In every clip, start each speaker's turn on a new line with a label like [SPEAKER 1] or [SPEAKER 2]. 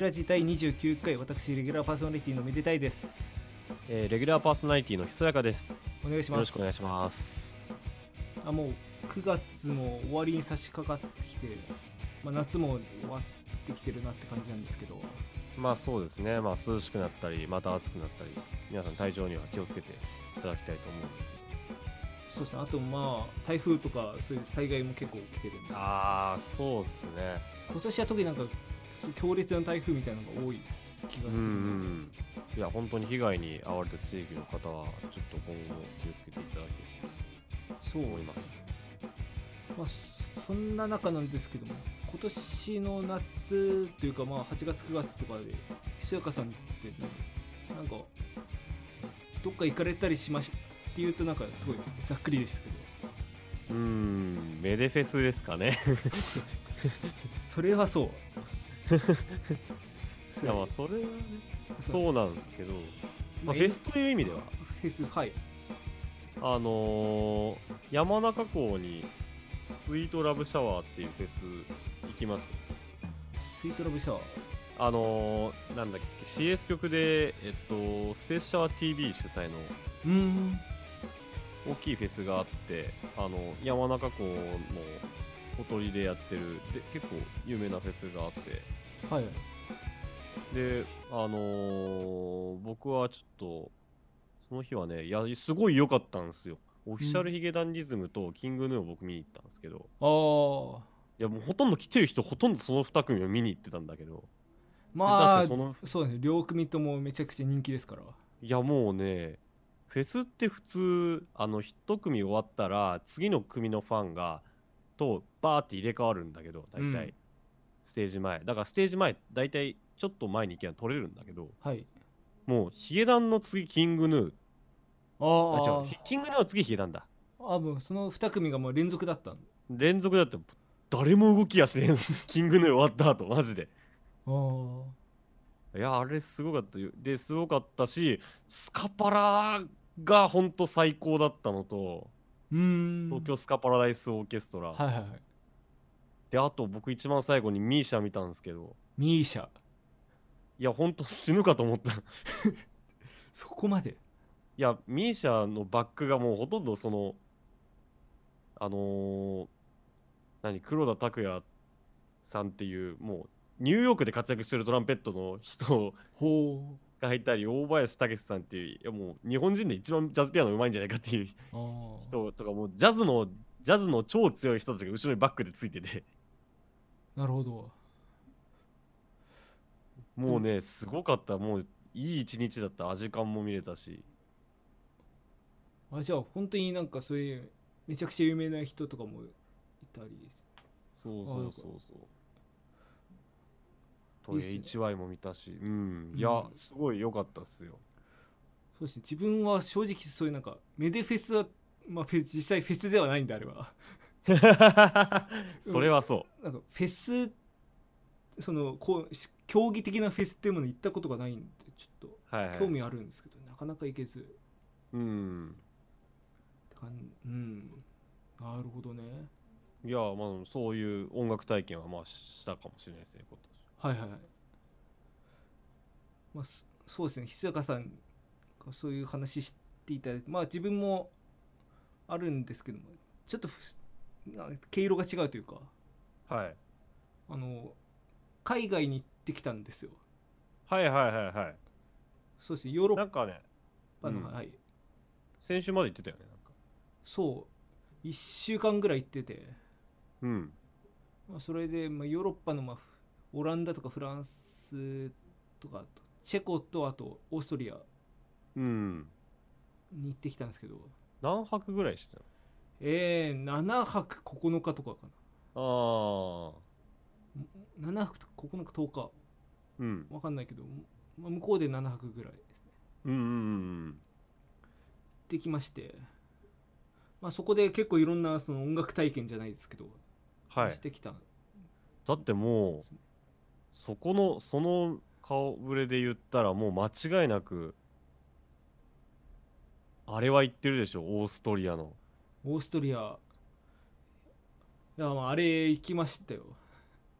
[SPEAKER 1] ラジ第29回私レギュラーパーソナリティのめでたいです
[SPEAKER 2] えーレギュラーパーソナリティのひそやかです。よ
[SPEAKER 1] お願いします
[SPEAKER 2] ろしくお願いします。
[SPEAKER 1] あもう9月も終わりに差し掛かってきて、まあ、夏も終わってきてるなって感じなんですけど
[SPEAKER 2] まあそうですね、まあ涼しくなったり、また暑くなったり、皆さん体調には気をつけていただきたいと思うんですけ
[SPEAKER 1] そうですねあとまあ台風とかそういう災害も結構起きてるんで
[SPEAKER 2] ど。ああ、そうですね。
[SPEAKER 1] 今年は特になんかそう強烈な台風みたいなのが多い気が
[SPEAKER 2] う
[SPEAKER 1] する
[SPEAKER 2] んうん
[SPEAKER 1] で
[SPEAKER 2] ん。いや、本当に被害に遭われた地域の方は、ちょっと今後気をつけていただきたい
[SPEAKER 1] そう
[SPEAKER 2] と思います。
[SPEAKER 1] まあ、そそんな中なんですけども今年の夏というかまあ8月9月とかでひそやかさんって何なんかどっか行かれたりしましたっていうとなんかすごいざっくりでしたけど
[SPEAKER 2] うーん、メデフェスですか ね。
[SPEAKER 1] それはそう
[SPEAKER 2] い
[SPEAKER 1] そ
[SPEAKER 2] や、
[SPEAKER 1] う
[SPEAKER 2] まあそれはね、
[SPEAKER 1] う
[SPEAKER 2] そうなんですけど、まあ、フェスという意味では、
[SPEAKER 1] フェスはい
[SPEAKER 2] あのー山中港にスイートラブシャワーっていうフェス行きます
[SPEAKER 1] スイートラブシャワー
[SPEAKER 2] あのーなんだっけ CS 局で、えっと、スペースシャワー TV 主催の
[SPEAKER 1] うーん
[SPEAKER 2] 大きいフェスがあってあの山中港のほとりでやってるで結構有名なフェスがあって
[SPEAKER 1] はい
[SPEAKER 2] であのー僕はちょっとその日はねいやすごい良かったんですよオフィシャルヒゲダンディズムとキングヌーを僕見に行ったんですけど、
[SPEAKER 1] ああ
[SPEAKER 2] いやもうほとんど来てる人ほとんどその2組を見に行ってたんだけど、
[SPEAKER 1] まあ
[SPEAKER 2] 確かにその
[SPEAKER 1] そうですね両組ともめちゃくちゃ人気ですから
[SPEAKER 2] いやもうねフェスって普通あの1組終わったら次の組のファンがとバーって入れ替わるんだけど大体、
[SPEAKER 1] うん
[SPEAKER 2] ステージ前だからステージ前大体ちょっと前に行けば取れるんだけど
[SPEAKER 1] はい
[SPEAKER 2] もうヒゲダンの次キングヌー
[SPEAKER 1] あ
[SPEAKER 2] あ
[SPEAKER 1] ー
[SPEAKER 2] 違うひキングヌーの次ヒゲダンだ
[SPEAKER 1] あもうその2組がもう連続だったの
[SPEAKER 2] 連続だって誰も動きやしねえの キングヌー終わった後マジで
[SPEAKER 1] あ
[SPEAKER 2] いや、あれすごかったよ。で、すごかったし、スカパラが本当最高だったのと、
[SPEAKER 1] うーん
[SPEAKER 2] 東京スカパラダイスオーケストラ。
[SPEAKER 1] はいはいはい
[SPEAKER 2] で、あと僕一番最後にミーシャ見たんですけど、
[SPEAKER 1] ミーシャ
[SPEAKER 2] いや、本当死ぬかと思った。 い
[SPEAKER 1] そこまで
[SPEAKER 2] や、ミーシャのバックがもうほとんどその、あのー何、黒田拓也さんっていう、もうニューヨークで活躍してるトランペットの人
[SPEAKER 1] ほ
[SPEAKER 2] がいたり、大林武史さんっていう、いやもう日本人で一番ジャズピアノ上手いんじゃないかっていう
[SPEAKER 1] うああ
[SPEAKER 2] 人とかもうジャズのジャズの超強い人たちが後ろにバックでついてて
[SPEAKER 1] なるほど
[SPEAKER 2] もうねすごかったもういい一日だったアジカンも見れたし
[SPEAKER 1] あじゃあ本当になんかそういうめちゃくちゃ有名な人とかもいたり
[SPEAKER 2] そう
[SPEAKER 1] あ
[SPEAKER 2] そ
[SPEAKER 1] よ
[SPEAKER 2] う
[SPEAKER 1] か
[SPEAKER 2] そうそう
[SPEAKER 1] い
[SPEAKER 2] と
[SPEAKER 1] いっすね
[SPEAKER 2] HY も見たしうん
[SPEAKER 1] うん
[SPEAKER 2] いやすごい良かったっす よ
[SPEAKER 1] そうですね自分は正直そういうなんかメデフェスは、まあ、フェ実際フェスではないんであれば
[SPEAKER 2] それはそ
[SPEAKER 1] なんかフェスそのこうし競技的なフェスっていうものに行ったことがないんでちょっ
[SPEAKER 2] うはいは
[SPEAKER 1] と
[SPEAKER 2] い
[SPEAKER 1] 興味あるんですけど、なかなか行けず
[SPEAKER 2] うん
[SPEAKER 1] って感じうんなるほどね
[SPEAKER 2] いやまあそういう音楽体験はまあしたかもしれないですね今年
[SPEAKER 1] はいはいはいまあそそうですねひそやかさんがそういう話していただいてまあ自分もあるんですけどもちょっとふな毛色が違うというか
[SPEAKER 2] はい
[SPEAKER 1] あの海外に行ってきたんですよ
[SPEAKER 2] はいはいはいは
[SPEAKER 1] そうですねヨーロ
[SPEAKER 2] いな
[SPEAKER 1] ッ
[SPEAKER 2] んかね
[SPEAKER 1] パの、
[SPEAKER 2] うん
[SPEAKER 1] はい
[SPEAKER 2] 先週まで言ってたよねなんか
[SPEAKER 1] そう1週間ぐらい行ってて、
[SPEAKER 2] うん
[SPEAKER 1] まあ、それで、まあ、ヨーロッパの、まあ、オランダとかフランスとかあとチェコとあとオーストリア
[SPEAKER 2] うん
[SPEAKER 1] に行ってきたんですけど
[SPEAKER 2] 何泊ぐらいしてたの
[SPEAKER 1] えー、7泊9日とかか
[SPEAKER 2] ああ、
[SPEAKER 1] な7泊とか9日10日
[SPEAKER 2] うん、
[SPEAKER 1] わかんないけど、まあ、向こうで7泊ぐらいですね
[SPEAKER 2] うんうんうん
[SPEAKER 1] できまして、まあ、そこで結構いろんなその音楽体験じゃないですけど、
[SPEAKER 2] はい
[SPEAKER 1] してきたん
[SPEAKER 2] だってもうそこのその顔ぶれで言ったらもう間違いなくあれは言ってるでしょオーストリアの
[SPEAKER 1] オーストリアいやまああれ行きましたよ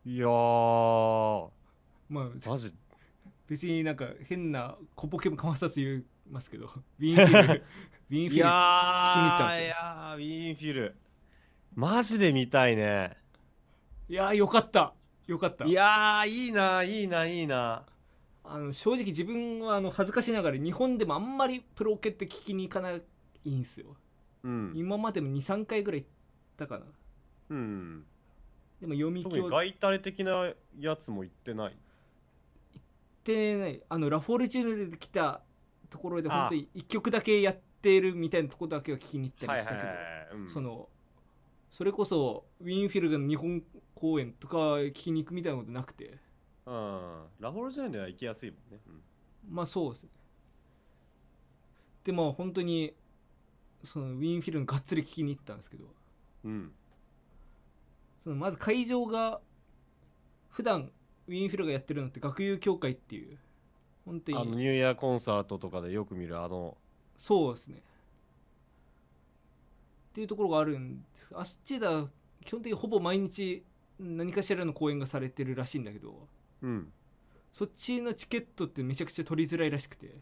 [SPEAKER 2] いやー
[SPEAKER 1] まあ
[SPEAKER 2] マジ
[SPEAKER 1] 別になんか変な小ボケもかまさず言いま すけどウィーンフィルウィーンフ
[SPEAKER 2] い
[SPEAKER 1] ィルあ聞きに行ったん
[SPEAKER 2] やー
[SPEAKER 1] ですよ
[SPEAKER 2] いやーウィーンフィルマジで見たいね
[SPEAKER 1] いやーよかったよかった
[SPEAKER 2] いやーいいないいないいな
[SPEAKER 1] あの正直自分はあの恥ずかしながら日本でもあんまりプロオケって聞きに行かないんすよ
[SPEAKER 2] うん、
[SPEAKER 1] 今までも23回ぐらい行ったかな
[SPEAKER 2] うん、
[SPEAKER 1] でも読み
[SPEAKER 2] 特に
[SPEAKER 1] 教行っ
[SPEAKER 2] ガイタレ的なやつも言ってない
[SPEAKER 1] てないあのラフォルチュールで来たところで
[SPEAKER 2] あ
[SPEAKER 1] 本当に1曲だけやってるみたいなところだけは聞きに行った
[SPEAKER 2] は
[SPEAKER 1] り
[SPEAKER 2] い
[SPEAKER 1] した
[SPEAKER 2] は
[SPEAKER 1] け
[SPEAKER 2] い
[SPEAKER 1] ど、
[SPEAKER 2] はい、うん
[SPEAKER 1] そのそれこそウィーンフィルの日本公演とか聞きに行くみたいなことなくて
[SPEAKER 2] うん、ラボルジェンでは行きやすいもんね、うん
[SPEAKER 1] まあそうですねでも本当にそのウィーンフィルのがっつり聞きに行ったんですけど
[SPEAKER 2] うん。
[SPEAKER 1] そのまず会場が普段ウィーンフィルがやってるのって学友協会っていう本当
[SPEAKER 2] あの
[SPEAKER 1] に
[SPEAKER 2] ニューイヤーコンサートとかでよく見るあの、
[SPEAKER 1] そうですねっていうところがあるんですあっちだ基本的にほぼ毎日何かしらの公演がされてるらしいんだけど
[SPEAKER 2] うん、
[SPEAKER 1] そっちのチケットってめちゃくちゃ取りづらいらしくて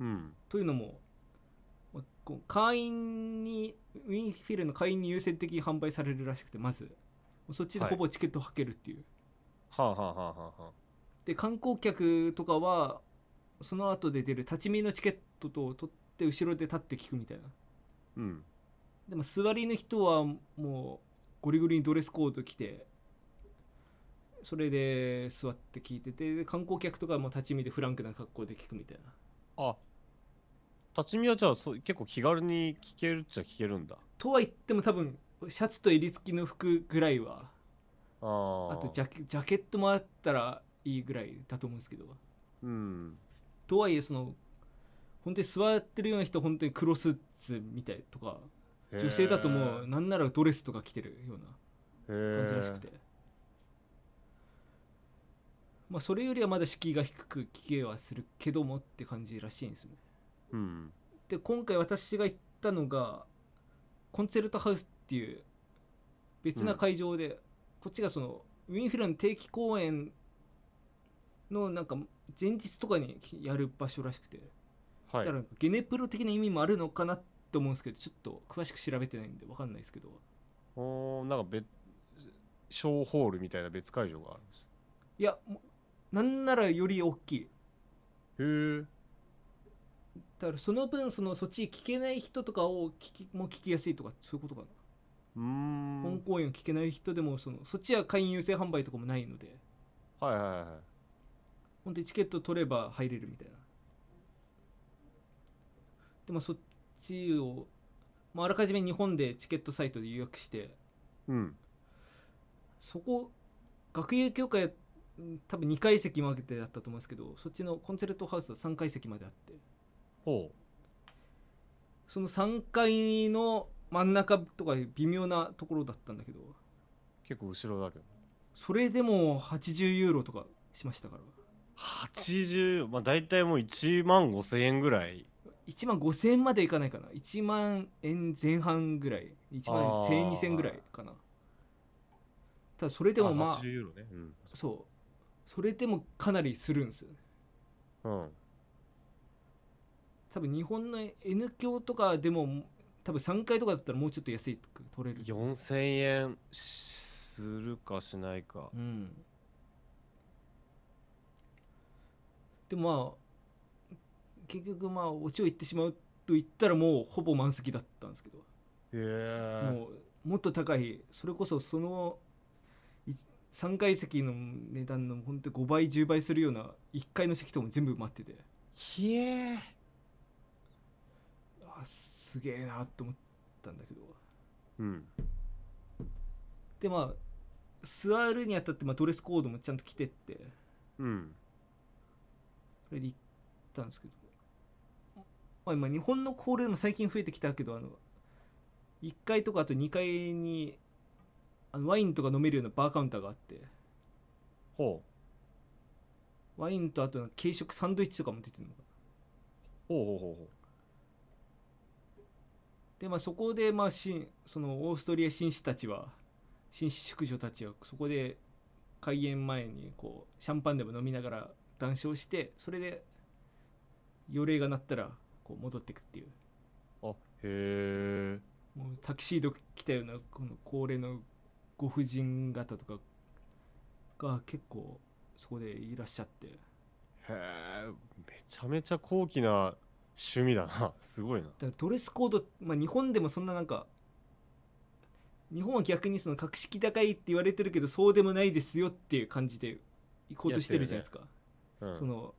[SPEAKER 2] うん、
[SPEAKER 1] というのもまあこう会員にウィンフィルの会員に優先的に販売されるらしくてまずそっちでほぼチケットをはけるっていう、
[SPEAKER 2] はあ、はあはあはあは
[SPEAKER 1] で観光客とかはその後で出る立ち見のチケットと取って後ろで立って聞くみたいな
[SPEAKER 2] うん、
[SPEAKER 1] でも座りの人はもうゴリゴリにドレスコート着てそれで座って聞いててで観光客とかはもう立ち見でフランクな格好で聞くみたいな
[SPEAKER 2] あ立ち見はじゃあそう結構気軽に聞けるっちゃ聞けるんだ
[SPEAKER 1] とは言っても多分シャツと襟付きの服ぐらいは
[SPEAKER 2] ああ
[SPEAKER 1] あとジャケジャケットもあったらいいぐらいだと思うんですけど
[SPEAKER 2] うん
[SPEAKER 1] とはいえその本当に座ってるような人は本当に黒スーツみたいとか女性だともうなんならドレスとか着てるような感
[SPEAKER 2] 感
[SPEAKER 1] じらしくて、まあそれよりはまだ敷居が低く聞けはするけどもって感じらしいんですよね
[SPEAKER 2] うん
[SPEAKER 1] で今回私が行ったのがコンセルトハウスっていう別な会場で、こっちがそのウィンフィルの定期公演のなんか前日とかにやる場所らしくて、
[SPEAKER 2] はい
[SPEAKER 1] だからなんかゲネプロ的な意味もあるのかなって思うんですけどちょっと詳しく調べてないんで分かんないですけど
[SPEAKER 2] おーなんか別小ホールみたいな別会場があるんです
[SPEAKER 1] いやもうなんならより大きい
[SPEAKER 2] へえ
[SPEAKER 1] だからその分そのそっち聞けない人とかを聞きも聞きやすいとかそういうことかな
[SPEAKER 2] うー
[SPEAKER 1] 本
[SPEAKER 2] ん
[SPEAKER 1] 公演を聞けない人でもそのそっちは会員優先販売とかもないので
[SPEAKER 2] はいはいは
[SPEAKER 1] 本当にチケット取れば入れるみたいなでもそっちを、まあ、あらかじめ日本でチケットサイトで予約して
[SPEAKER 2] いうん
[SPEAKER 1] そこ学友協会うん多分2階席までだったと思うんですけどそっちのコンセルトハウスは3階席まであって
[SPEAKER 2] ほ
[SPEAKER 1] その3階の真ん中とか微妙なところだったんだけど
[SPEAKER 2] う結構後ろだけど
[SPEAKER 1] それでも80ユーロとかしましたから
[SPEAKER 2] 80まあ大体もう1万5千円ぐらい
[SPEAKER 1] 1万5000円までいかないかな1万円前半ぐらい1万1000円
[SPEAKER 2] あー
[SPEAKER 1] 2000円ぐらいかなただそれでもまあ
[SPEAKER 2] 80ユーロねうん
[SPEAKER 1] そうそれでもかなりするんですよね
[SPEAKER 2] うん
[SPEAKER 1] 多分日本の N 響とかでも多分3回とかだったらもうちょっと安いく取れると思うんですよ
[SPEAKER 2] 4000円するかしないか
[SPEAKER 1] うんでもまあ結局まあオチを言ってしまうと言ったらもうほぼ満席だったんですけど
[SPEAKER 2] へえ
[SPEAKER 1] もうもっと高いそれこそそのい3階席の値段の本当5倍10倍するような1階の席とかも全部埋まってて
[SPEAKER 2] ひえ
[SPEAKER 1] あすげえなと思ったんだけど
[SPEAKER 2] うん
[SPEAKER 1] でまあ座るにあたってまあドレスコードもちゃんと着てって
[SPEAKER 2] うん
[SPEAKER 1] それで行ったんですけど、まあ、今日本のコールでも最近増えてきたけどあの1階とかあと2階にあのワインとか飲めるようなバーカウンターがあって
[SPEAKER 2] ほう
[SPEAKER 1] ワインとあとなんか軽食サンドイッチとかも出てるのかな
[SPEAKER 2] ほうほうほうほ
[SPEAKER 1] でまあそこでまあしそのオーストリア紳士たちは紳士淑女たちはそこで開演前にこうシャンパンでも飲みながら談笑してそれで余霊が鳴ったらこう戻ってくっていう
[SPEAKER 2] あへえ
[SPEAKER 1] もうタキシード着たようなこの高齢のご婦人方とかが結構そこでいらっしゃって
[SPEAKER 2] へえめちゃめちゃ高貴な趣味だな すごいな
[SPEAKER 1] だからドレスコード、まあ、日本でもそんななんか日本は逆にその格式高いって言われてるけどそうでもないですよっていう感じで行こうとしてるじゃないですか、
[SPEAKER 2] うん
[SPEAKER 1] その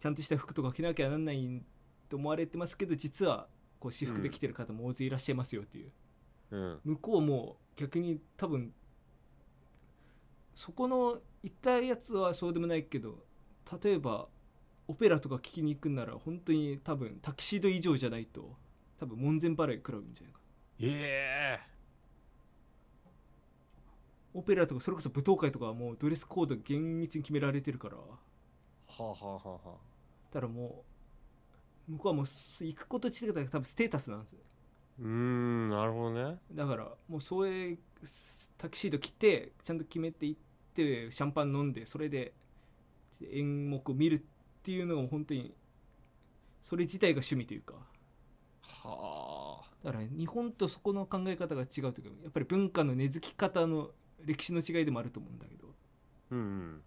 [SPEAKER 1] ちゃんとした服とか着なきゃなんないと思われてますけど実はこう私服で着てる方も大勢いらっしゃいますよっていう、
[SPEAKER 2] うん
[SPEAKER 1] 向こうも逆に多分そこの行ったやつはそうでもないけど例えばオペラとか聴きに行くんなら本当に多分タキシード以上じゃないと多分門前払い食らうんじゃないか
[SPEAKER 2] ええ
[SPEAKER 1] オペラとかそれこそ舞踏会とかはもうドレスコード厳密に決められてるから
[SPEAKER 2] はあはあはあはあ
[SPEAKER 1] たらもう向こうはもうす行くこと自体が多分ステータスなんですよ
[SPEAKER 2] うーんなるほどね
[SPEAKER 1] だからもうそれすタキシード着てちゃんと決めて行ってシャンパン飲んでそれで演目を見るっていうのが本当にそれ自体が趣味というか
[SPEAKER 2] はあ
[SPEAKER 1] だから日本とそこの考え方が違うというかやっぱり文化の根付き方の歴史の違いでもあると思うんだけど
[SPEAKER 2] うんうん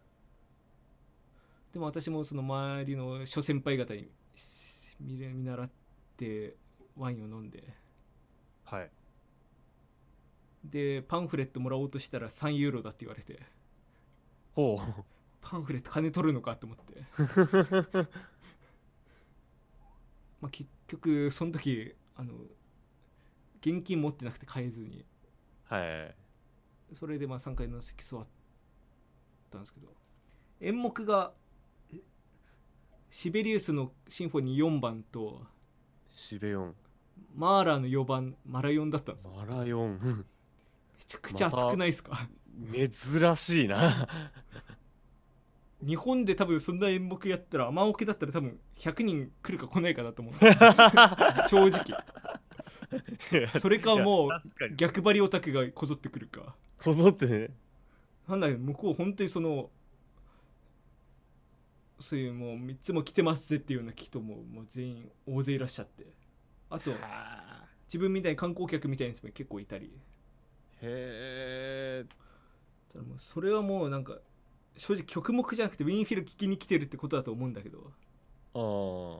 [SPEAKER 1] でも私もその周りの諸先輩方に見れ見習ってワインを飲んで
[SPEAKER 2] はい
[SPEAKER 1] でパンフレットもらおうとしたら3ユーロだって言われて
[SPEAKER 2] ほう
[SPEAKER 1] パンフレット金取るのかと思ってまあ、結局その時あの現金持ってなくて買えずに
[SPEAKER 2] はい
[SPEAKER 1] それでまあ3階の席座ったんですけど演目がえシベリウスのシンフォニー4番と
[SPEAKER 2] シベヨン
[SPEAKER 1] マーラーの4番マラヨンだったんですよ
[SPEAKER 2] マラヨン
[SPEAKER 1] めちゃくちゃ熱くないですか、
[SPEAKER 2] 珍しいな
[SPEAKER 1] 日本で多分そんな演目やったら雨オケだったら多分100人来るか来ないかだと思う正直それかもう
[SPEAKER 2] いや確かに
[SPEAKER 1] 逆張りオタクがこぞってくるか
[SPEAKER 2] こぞってね
[SPEAKER 1] なんだけど向こう本当にそのそういうもういつも来てますぜっていうような人ももう全員大勢いらっしゃってあと
[SPEAKER 2] はあ
[SPEAKER 1] 自分みたいに観光客みたいな人も結構いたり
[SPEAKER 2] へえ
[SPEAKER 1] ただもうそれはもうなんか正直曲目じゃなくてウィンフィル聴きに来てるってことだと思うんだけど
[SPEAKER 2] あー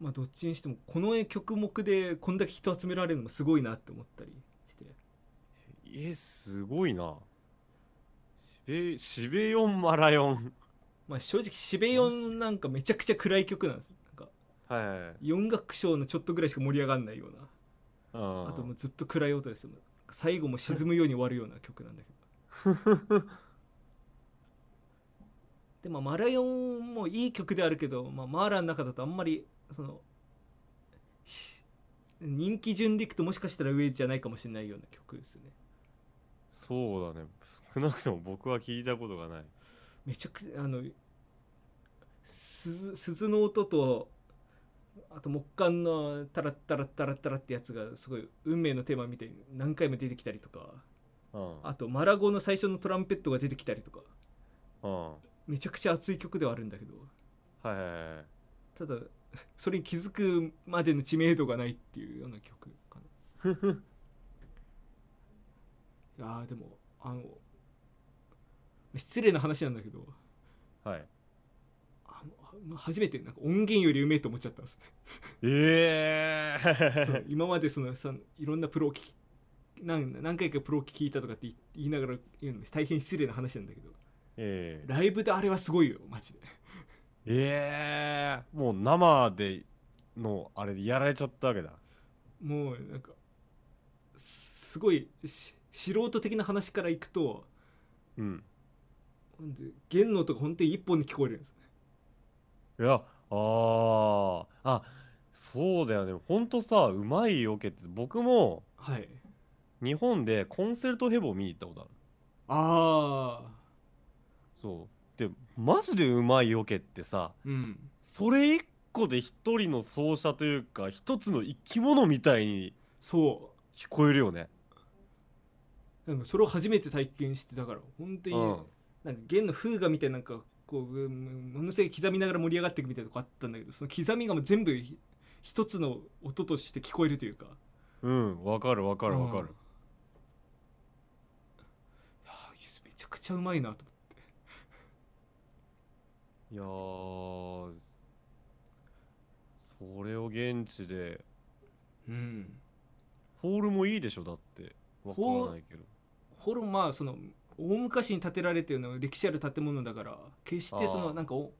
[SPEAKER 1] まあどっちにしてもこの曲目でこんだけ人集められるのもすごいなって思ったりして
[SPEAKER 2] えすごいなシベシベヨンマラヨン
[SPEAKER 1] まあ正直シベヨンなんかめちゃくちゃ暗い曲なんですよなんか
[SPEAKER 2] はい
[SPEAKER 1] 四楽章のちょっとぐらいしか盛り上がんないような
[SPEAKER 2] あ
[SPEAKER 1] あともうずっと暗い音ですよ最後も沈むように終わるような曲なんだけどでもマラヨンもいい曲であるけど、まあ、マーラの中だとあんまりそのし人気順でいくともしかしたら上じゃないかもしれないような曲ですよね
[SPEAKER 2] そうだね少なくとも僕は聞いたことがない
[SPEAKER 1] めちゃくちゃあの鈴鈴の音とあと木管のタラッタラッタラッタラってやつがすごい運命のテーマみたいに何回も出てきたりとか
[SPEAKER 2] うん
[SPEAKER 1] あとマラゴの最初のトランペットが出てきたりとか
[SPEAKER 2] うん
[SPEAKER 1] めちゃくちゃ熱い曲ではあるんだけど
[SPEAKER 2] はいはいはい
[SPEAKER 1] ただ それに気づくまでの知名度がないっていうような曲かないやーでもあの失礼な話なんだけど
[SPEAKER 2] はい
[SPEAKER 1] あの初めてなんか音源よりうめえと思っちゃったんですね
[SPEAKER 2] え
[SPEAKER 1] その
[SPEAKER 2] え
[SPEAKER 1] 今までそのさいろんなプロを聞き何何回かプロを聞いたとかって言言いながら言うの大変失礼な話なんだけど
[SPEAKER 2] ええ
[SPEAKER 1] ライブであれはすごいよマジで
[SPEAKER 2] ええもう生でのあれでやられちゃったわけだ
[SPEAKER 1] もうなんかすすごいし素人的な話からいくと
[SPEAKER 2] うん
[SPEAKER 1] なんで弦の音が本当に一本に聞こえるんです
[SPEAKER 2] いやあーあそうだよねほんとさうまいオケって僕も
[SPEAKER 1] はい
[SPEAKER 2] 日本でコンセルトヘボを見に行ったことある
[SPEAKER 1] ああ
[SPEAKER 2] そうでマジでうまいオケってさ
[SPEAKER 1] うん
[SPEAKER 2] それ一個で一人の奏者というか一つの生き物みたいに
[SPEAKER 1] そ
[SPEAKER 2] 聞こえるよね
[SPEAKER 1] でもそれを初めて体験してだから本当に、
[SPEAKER 2] うん
[SPEAKER 1] なんか弦の風雅みたいななんかこううんものすごい刻みながら盛り上がっていくみたいなとこあったんだけどその刻みがもう全部ひ一つの音として聞こえるというか
[SPEAKER 2] うんわかるわかるわか
[SPEAKER 1] うん
[SPEAKER 2] る
[SPEAKER 1] いやーめちゃくちゃうまいなと思っ
[SPEAKER 2] いや
[SPEAKER 1] て
[SPEAKER 2] ーそれを現地で
[SPEAKER 1] うん
[SPEAKER 2] ホールもいいでしょだってわからないけど
[SPEAKER 1] ホルンまあその大昔に建てられてるの歴史ある建物だから決してそ
[SPEAKER 2] あ
[SPEAKER 1] の
[SPEAKER 2] ー
[SPEAKER 1] なんかお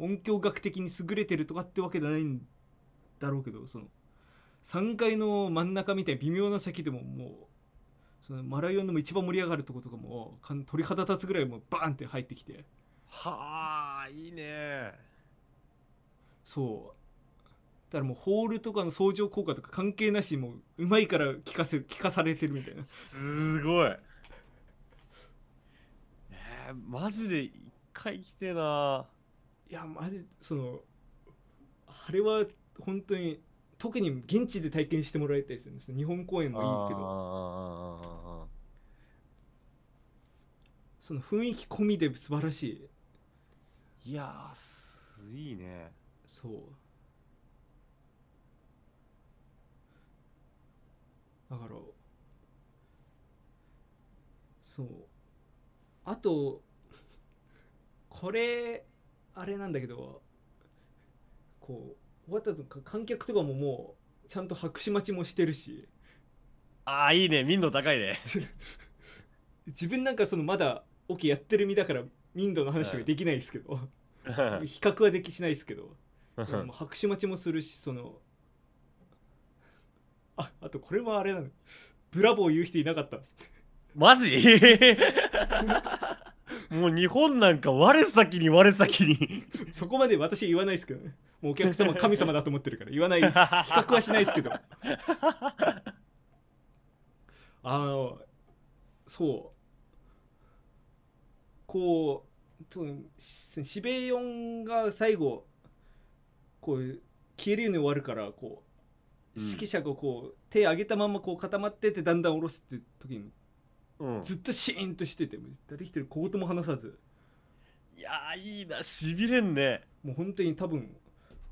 [SPEAKER 1] 音響学的に優れてるとかってわけじゃないんだろうけどその3階の真ん中みたいな微妙な席でももうそのマライオンの一番盛り上がるとことかもかん鳥肌立つぐらいもうバーンって入ってきて
[SPEAKER 2] はあいいね
[SPEAKER 1] そうだからもうホールとかの相乗効果とか関係なしにもううまいから聞かせ聞かされてるみたいな
[SPEAKER 2] すごいえー、マジで一回来てえない
[SPEAKER 1] やマジそのあれは本当に特に現地で体験してもらいたいですよねその日本公演もいいけど
[SPEAKER 2] ど
[SPEAKER 1] その雰囲気込みで素晴らしい
[SPEAKER 2] いやーすいいね
[SPEAKER 1] そうだからそうあとこれあれなんだけどこう終わったとか観客とかももうちゃんと拍手待ちもしてるし
[SPEAKER 2] あーいいね民度高い ね
[SPEAKER 1] 自分なんかそのまだオケやってる身だから民度の話とかできないですけど、比較はできしないですけど でももう拍手待ちもするしそのああとこれもあれなのブラボー言う人いなかったんです
[SPEAKER 2] マジもう日本なんか我先に我先に
[SPEAKER 1] そこまで私言わないですけどねもうお客様神様だと思ってるから言わないです比較はしないですけど あのそうこうとしシベヨンが最後こう消えるように終わるからこう
[SPEAKER 2] うん
[SPEAKER 1] 指揮者がこう手上げたままこう固まってってだんだん下ろすっていう時に
[SPEAKER 2] うん
[SPEAKER 1] ずっとシーンとしてて誰一人小言も話さず
[SPEAKER 2] いやーいいなしびれんね
[SPEAKER 1] もう本当に多分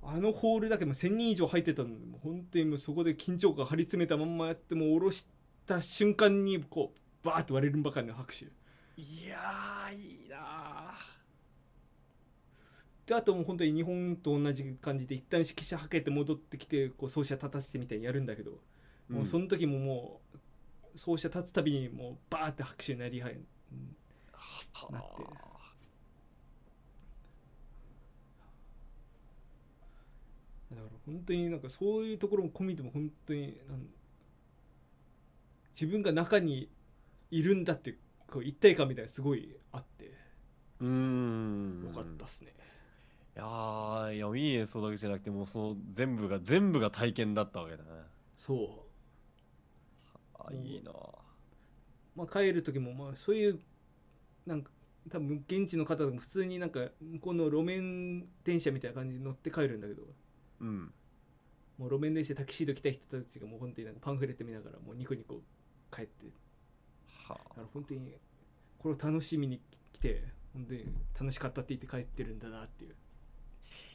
[SPEAKER 1] あのホールだけでも1000人以上入ってたのでもう本当にもうそこで緊張感張り詰めたまんまやってもう下ろした瞬間にこうバーッと割れるばかりの拍手
[SPEAKER 2] いやーいいな
[SPEAKER 1] であともう本当に日本と同じ感じで一旦指揮者はけて戻ってきてこう奏者立たせてみたいにやるんだけど、
[SPEAKER 2] ー
[SPEAKER 1] もうそ
[SPEAKER 2] ん
[SPEAKER 1] の時ももう奏者立つたびにもうバーって拍手になりはやなってだから本当になんかそういうところも込みでも本当になん自分が中にいるんだっていうこう一体感みたいなのすごいあってよ
[SPEAKER 2] うーん
[SPEAKER 1] かったっすね、
[SPEAKER 2] いやーいやいい演奏だけじゃなくてもうその全部が全部が体験だったわけだね
[SPEAKER 1] そう
[SPEAKER 2] あいいな
[SPEAKER 1] まあ、帰る時もまあそういうなんか多分現地の方でも普通になんか向こうの路面電車みたいな感じに乗って帰るんだけど
[SPEAKER 2] うん
[SPEAKER 1] もう路面電車タキシード着た人たちがもう本当になんかパンフレット見ながらもうニコニコ帰って
[SPEAKER 2] は
[SPEAKER 1] だから本当にこれを楽しみに来て本当に楽しかったって言って帰ってるんだなっていう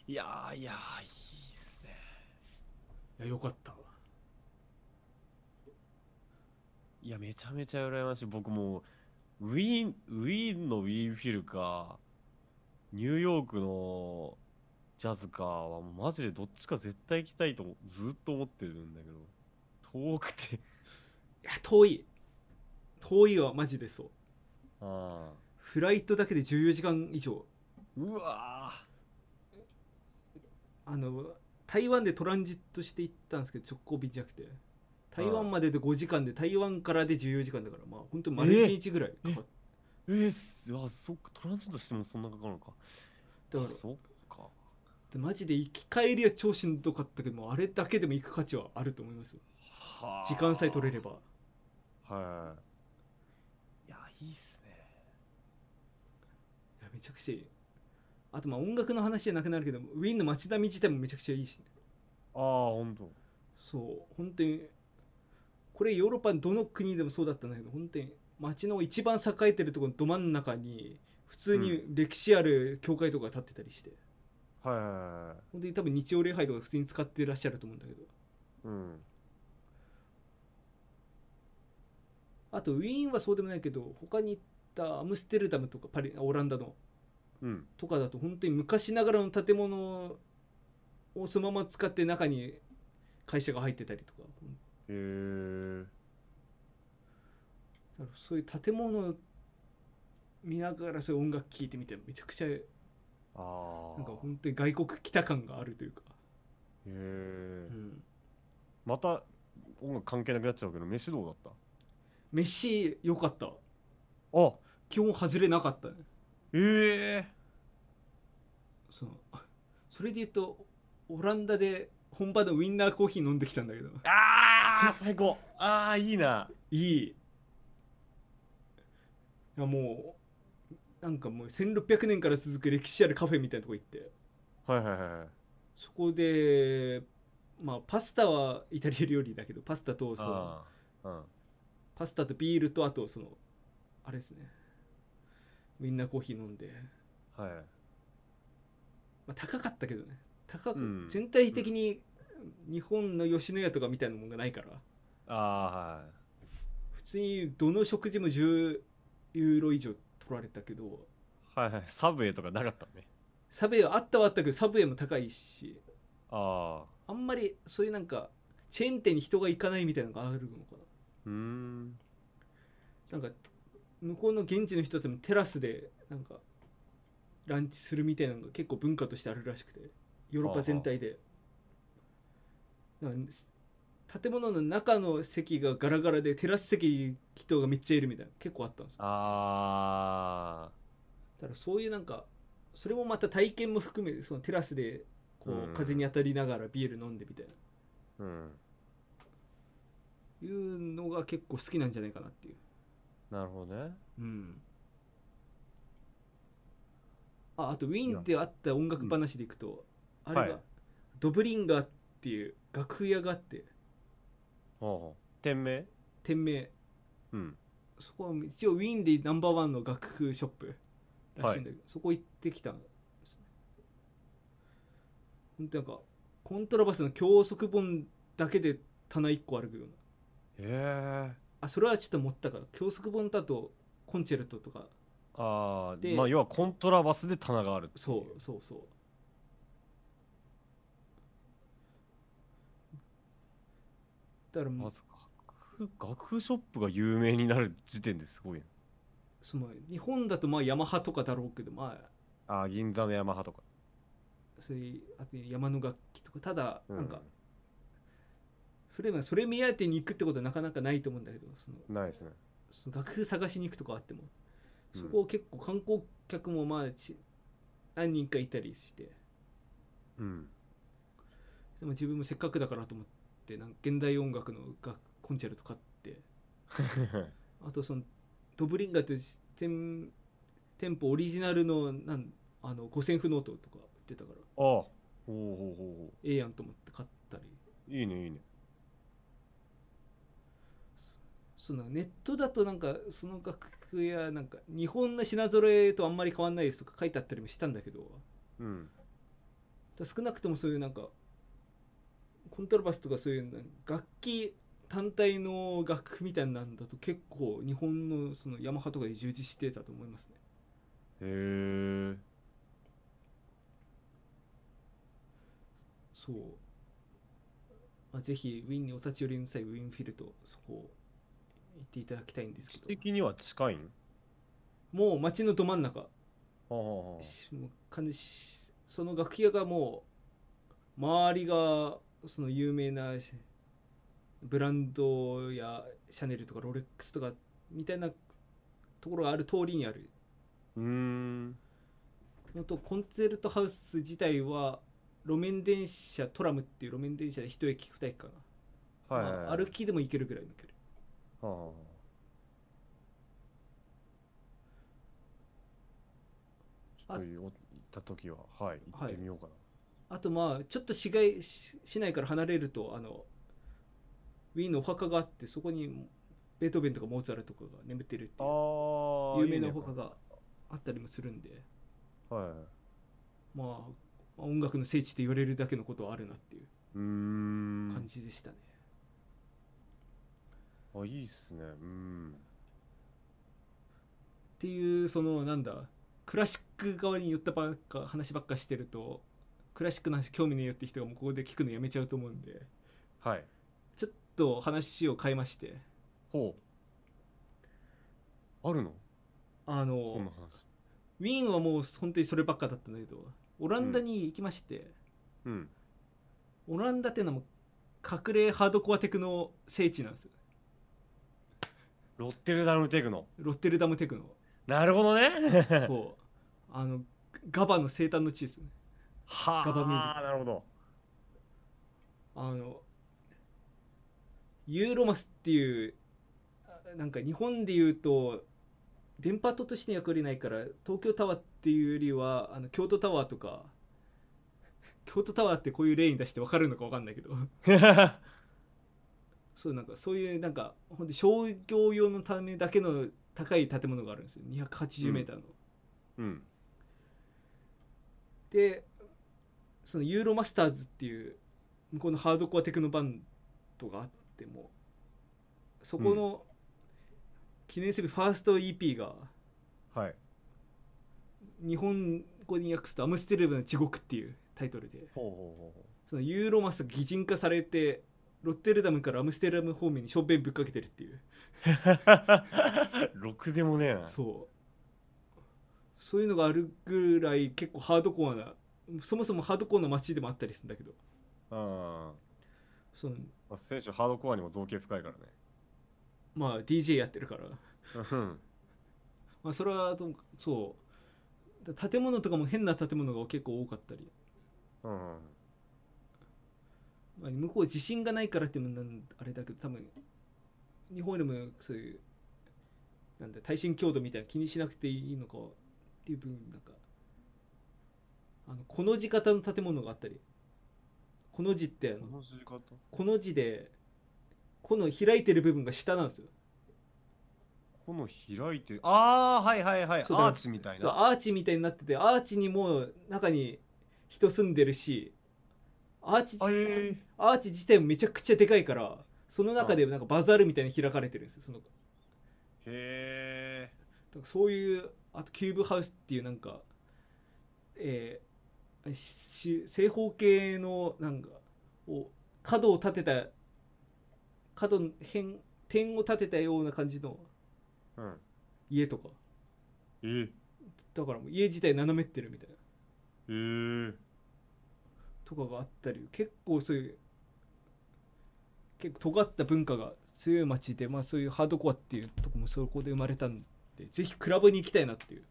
[SPEAKER 1] い
[SPEAKER 2] いやーいやーいいっすね
[SPEAKER 1] やよかったわ
[SPEAKER 2] いやめちゃめちゃ羨ましい僕もうウィーンウィーンのウィーンフィルかニューヨークのジャズかはもうマジでどっちか絶対行きたいともずっと思ってるんだけど遠くて
[SPEAKER 1] いや遠い遠いはマジでそう
[SPEAKER 2] ああ
[SPEAKER 1] フライトだけで14時間以上
[SPEAKER 2] うわー
[SPEAKER 1] あの台湾でトランジットして行ったんですけど直行便じゃなくて台湾までで5時間で台湾からで14時間だからまあ本当丸1日ぐらいかかった
[SPEAKER 2] えー、すあそっかトランジットしてもそんなかかるのか
[SPEAKER 1] だか
[SPEAKER 2] あ
[SPEAKER 1] ら
[SPEAKER 2] そっか
[SPEAKER 1] でマジで行き帰りは超しんどかったけどもあれだけでも行く価値はあると思いますよ
[SPEAKER 2] は
[SPEAKER 1] 時間さえ取れ
[SPEAKER 2] る
[SPEAKER 1] れば
[SPEAKER 2] はいいやいいっすね
[SPEAKER 1] いやめちゃくちゃいいあとまあ音楽の話じゃなくなるけどウィーンの街並み自体もめちゃくちゃいいしね、
[SPEAKER 2] ああほんと
[SPEAKER 1] そう本当にこれヨーロッパのどの国でもそうだったんだけど本当に街の一番栄えてるところのど真ん中に普通に歴史ある教会とか建ってたりして、
[SPEAKER 2] はいはいはいはい
[SPEAKER 1] ほんで多分日曜礼拝とか普通に使ってらっしゃると思うんだけど
[SPEAKER 2] うん
[SPEAKER 1] あとウィーンはそうでもないけど他に行ったアムステルダムとかパリオランダの
[SPEAKER 2] うん
[SPEAKER 1] とかだと本当に昔ながらの建物をそのまま使って中に会社が入ってたりとか
[SPEAKER 2] へえ
[SPEAKER 1] だからそういう建物を見ながらそういう音楽聴いてみてめちゃくちゃ
[SPEAKER 2] ああ
[SPEAKER 1] なんか本当に外国来た感があるというか、
[SPEAKER 2] へえ
[SPEAKER 1] うん、
[SPEAKER 2] また音楽関係なくなっちゃうけど飯どうだった
[SPEAKER 1] 飯良かった
[SPEAKER 2] あ
[SPEAKER 1] 基本外れなかったね
[SPEAKER 2] ええ
[SPEAKER 1] そのそれで言うとオランダで本場のウインナーコーヒー飲んできたんだけど
[SPEAKER 2] ああ最高ああいいない
[SPEAKER 1] いいやもうなんかもう1600年から続く歴史あるカフェみたいなとこ行って
[SPEAKER 2] はいはいはいはい
[SPEAKER 1] そこでまあパスタはイタリア料理だけどパスタとその
[SPEAKER 2] ああうん
[SPEAKER 1] パスタとビールとあとそのあれですねウインナーコーヒー飲んで、
[SPEAKER 2] はい
[SPEAKER 1] まあ、高かったけどね高く、
[SPEAKER 2] うん
[SPEAKER 1] 全体的に日本の吉野家とかみたいなもんがないから
[SPEAKER 2] ああはい
[SPEAKER 1] 普通にどの食事も10ユーロ以上取られたけど
[SPEAKER 2] はいはい、サブウェイとかなかったね。
[SPEAKER 1] サブウェイはあったはあったけどサブウェイも高いし
[SPEAKER 2] ああ。
[SPEAKER 1] あんまりそういうなんかチェーン店に人が行かないみたいなのがあるのか
[SPEAKER 2] うーん。
[SPEAKER 1] ななんか向こうの現地の人たちもテラスでなんかランチするみたいなのが結構文化としてあるらしくてヨーロッパ全体でなんか建物の中の席がガラガラでテラス席人がめっちゃいるみたいな結構あったんですよ
[SPEAKER 2] ああ。
[SPEAKER 1] だからそういうなんかそれもまた体験も含めそのテラスでこ
[SPEAKER 2] うん
[SPEAKER 1] う風に当たりながらビール飲んでみたいな、
[SPEAKER 2] うん。
[SPEAKER 1] いうのが結構好きなんじゃないかなっていう
[SPEAKER 2] なるほどね。
[SPEAKER 1] うんああとウィーンであった音楽話でいくと、あれが、
[SPEAKER 2] はい
[SPEAKER 1] ドブリンガーっていう楽譜屋があって
[SPEAKER 2] ほうほう。店名
[SPEAKER 1] 店名
[SPEAKER 2] うん。
[SPEAKER 1] そこは一応ウィーンでナンバーワンの楽譜ショップらしいんだけど、そこ行ってきたんですねほんとなんかコントラバスの教則本だけで棚1個あるような
[SPEAKER 2] へえ。
[SPEAKER 1] あそれはちょっと持ったから教則本だとコンチェルトとか
[SPEAKER 2] ああ。
[SPEAKER 1] で
[SPEAKER 2] まあ、要はコントラバスで棚があるってい
[SPEAKER 1] そうそうそうだからも
[SPEAKER 2] ま
[SPEAKER 1] う
[SPEAKER 2] ず楽譜、楽譜ショップが有名になる時点ですごいね。
[SPEAKER 1] その日本だとまあヤマハとかだろうけどまあ
[SPEAKER 2] ああ、銀座のヤマハとか。
[SPEAKER 1] そういうあと山の楽器とかただ
[SPEAKER 2] う
[SPEAKER 1] なんか、それまあそれ目当てに行くってことはなかなかないと思うんだけどその
[SPEAKER 2] ないですね。
[SPEAKER 1] その楽譜探しに行くとかあっても
[SPEAKER 2] うん
[SPEAKER 1] そこを結構観光客もまあち何人かいたりして
[SPEAKER 2] うん。
[SPEAKER 1] でも自分もせっかくだからと思ってなんか現代音楽の楽コンチェルト買ってあとそのドブリンガーという店店舗オリジナルのなんあの5000譜ノートとか売ってたか
[SPEAKER 2] あ
[SPEAKER 1] ら
[SPEAKER 2] あ。ほうほうほうほ
[SPEAKER 1] ええやんと思って買ったり
[SPEAKER 2] う。いいね、いいね。
[SPEAKER 1] そのネットだとなんかその楽譜やなんか日本の品揃えとあんまり変わんないですとか書いてあったりもしたんだけど
[SPEAKER 2] うん。
[SPEAKER 1] だから少なくともそういうなんかコントラバスとかそういうなん楽器単体の楽譜みたいなんだと結構日本のそのヤマハとかで充実してたと思いますね
[SPEAKER 2] へえ。
[SPEAKER 1] そう、まあ、ぜひウィンにお立ち寄りの際ウィンフィルドそこ行っていただきたいんです
[SPEAKER 2] 地
[SPEAKER 1] けど
[SPEAKER 2] 的には近いん
[SPEAKER 1] もう街のど真ん中
[SPEAKER 2] はあはあはあ。
[SPEAKER 1] しもう完全しその楽器屋がもう周りがその有名なしブランドやシャネルとかロレックスとかみたいなところがある通りにある
[SPEAKER 2] うーん。
[SPEAKER 1] のとコンツェルトハウス自体は路面電車トラムっていう路面電車で一駅二駅かな、
[SPEAKER 2] はいはいはい、
[SPEAKER 1] まあ歩きでも行けるぐらいの距離
[SPEAKER 2] はあ。
[SPEAKER 1] あ
[SPEAKER 2] という行った時は、はい、行ってみようか
[SPEAKER 1] あとまあちょっと市街し市内から離れるとあのウィーンのお墓があってそこにベベートーベンとかモーツァルトとかが眠ってるっていう
[SPEAKER 2] ああ
[SPEAKER 1] 有名な他があったりもするんで
[SPEAKER 2] はい
[SPEAKER 1] まあまあ音楽の聖地と言われるだけのことはあるなっていう
[SPEAKER 2] うーん
[SPEAKER 1] 感じでしたね、
[SPEAKER 2] あいいっすねうん
[SPEAKER 1] っていうそのなんだクラシック側に寄ったばっか話ばっかしてるとクラシックの話興味ねえよって人がもうここで聞くのやめちゃうと思うんで
[SPEAKER 2] はい
[SPEAKER 1] ちょっと話を変えまして
[SPEAKER 2] ほうあるの
[SPEAKER 1] あ
[SPEAKER 2] こんな
[SPEAKER 1] の
[SPEAKER 2] 話
[SPEAKER 1] ウィーンはもう本当にそればっかだったんだけどオランダに行きまして、
[SPEAKER 2] うん
[SPEAKER 1] オランダってのはもう隠れハードコアテクノ聖地なんですよ
[SPEAKER 2] ロッテルダムテクノ
[SPEAKER 1] ロッテルダムテクノ
[SPEAKER 2] なるほど ね
[SPEAKER 1] そうあのガバの生誕の地ですよね
[SPEAKER 2] は
[SPEAKER 1] ガバミュージッ
[SPEAKER 2] あなるほど
[SPEAKER 1] あのユーロマスっていうあなんか日本で言うと電波塔としての役割ないから東京タワーっていうよりはあの京都タワーとか京都タワーってこういう例に出して分かるのか分かんないけど そうなんかそういうなんかほんと商業用のためだけの高い建物があるんですよ 280m の。
[SPEAKER 2] うん
[SPEAKER 1] でそのユーロマスターズっていう向こうのハードコアテクノバンドがあってもそこの記念すべきファースト EP が
[SPEAKER 2] はい
[SPEAKER 1] 日本語に訳すと「アムステルダムの地獄」っていうタイトルで
[SPEAKER 2] ほうほうほ
[SPEAKER 1] そのユーロマスが擬人化されてロッテルダムからアムステルダム方面にションベンぶっかけてるっていう
[SPEAKER 2] うほ うろくでもねえな
[SPEAKER 1] そうそういうのがあるぐらい結構ハードコアなそもそもハードコアな街でもあったりするんだけど
[SPEAKER 2] うん
[SPEAKER 1] その
[SPEAKER 2] まあ、選手ハードコアにも造形深いからね。
[SPEAKER 1] まあ DJ やってるから。
[SPEAKER 2] うん。
[SPEAKER 1] まあ、それはともかくそうだ建物とかも変な建物が結構多かったり、
[SPEAKER 2] うん。
[SPEAKER 1] まあ、向こう地震がないからっていうのもなんあれだけど多分日本よりもそういうなんだ耐震強度みたいなの気にしなくていいのかっていう部分なんかあのこの字型の建物があったりこの字ってあの
[SPEAKER 2] の字型
[SPEAKER 1] この字でこの開いてる部分が下なんですよ
[SPEAKER 2] この開いてる。ああ、はいはいはい。ア
[SPEAKER 1] そうだから
[SPEAKER 2] ーチみたい
[SPEAKER 1] そう
[SPEAKER 2] な。
[SPEAKER 1] アーチみたいになっててアーチにもう中に人住んでるしアーチ
[SPEAKER 2] あえ
[SPEAKER 1] アーチ自体もめちゃくちゃでかいからその中でなんかバザールみたいに開かれてるんですよそのだ
[SPEAKER 2] ー、へえ。
[SPEAKER 1] からそういうあとキューブハウスっていうなんかえーし正方形のなんかを角を立てた角の辺点を立てたような感じの
[SPEAKER 2] うん。
[SPEAKER 1] 家とか
[SPEAKER 2] えー、
[SPEAKER 1] だからもう家自体斜めってるみたいな
[SPEAKER 2] えー。
[SPEAKER 1] とかがあったり結構そういう結構尖った文化が強い街で、まあ、そういうハードコアっていうとこもそこで生まれたんでぜひクラブに行きたいなっていう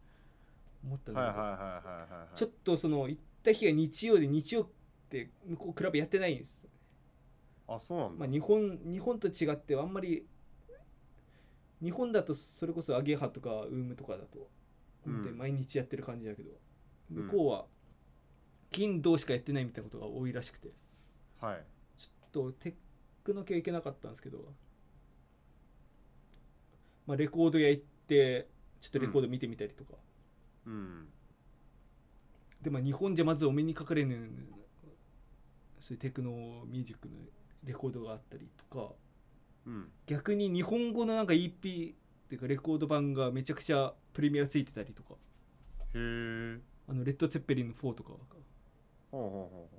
[SPEAKER 1] 思ったんだ
[SPEAKER 2] はい
[SPEAKER 1] け
[SPEAKER 2] はい
[SPEAKER 1] ど
[SPEAKER 2] はいはいはいはい。
[SPEAKER 1] ちょっとその行った日が日曜で日曜って向こうクラブやってないんです、
[SPEAKER 2] あ、そうなん
[SPEAKER 1] ま
[SPEAKER 2] だ。
[SPEAKER 1] あ、日本日本と違ってあんまり日本だとそれこそアゲハとかウームとかだと本当に毎日やってる感じだけど、
[SPEAKER 2] うん
[SPEAKER 1] 向こうは金銅しかやってないみたいなことが多いらしくて
[SPEAKER 2] はい。
[SPEAKER 1] ちょっとテックの系行けなかったんですけど、まあ、レコード屋行ってちょっとレコード見てみたりとか、
[SPEAKER 2] うん。
[SPEAKER 1] でまあ日本じゃまずお目にかかれぬそういうテクノミュージックのレコードがあったりとか
[SPEAKER 2] うん。
[SPEAKER 1] 逆に日本語のなんか EP っていうかレコード版がめちゃくちゃプレミアついてたりとか
[SPEAKER 2] へえ。
[SPEAKER 1] あのレッド・ツェッペリンの4とか
[SPEAKER 2] ほうほうほ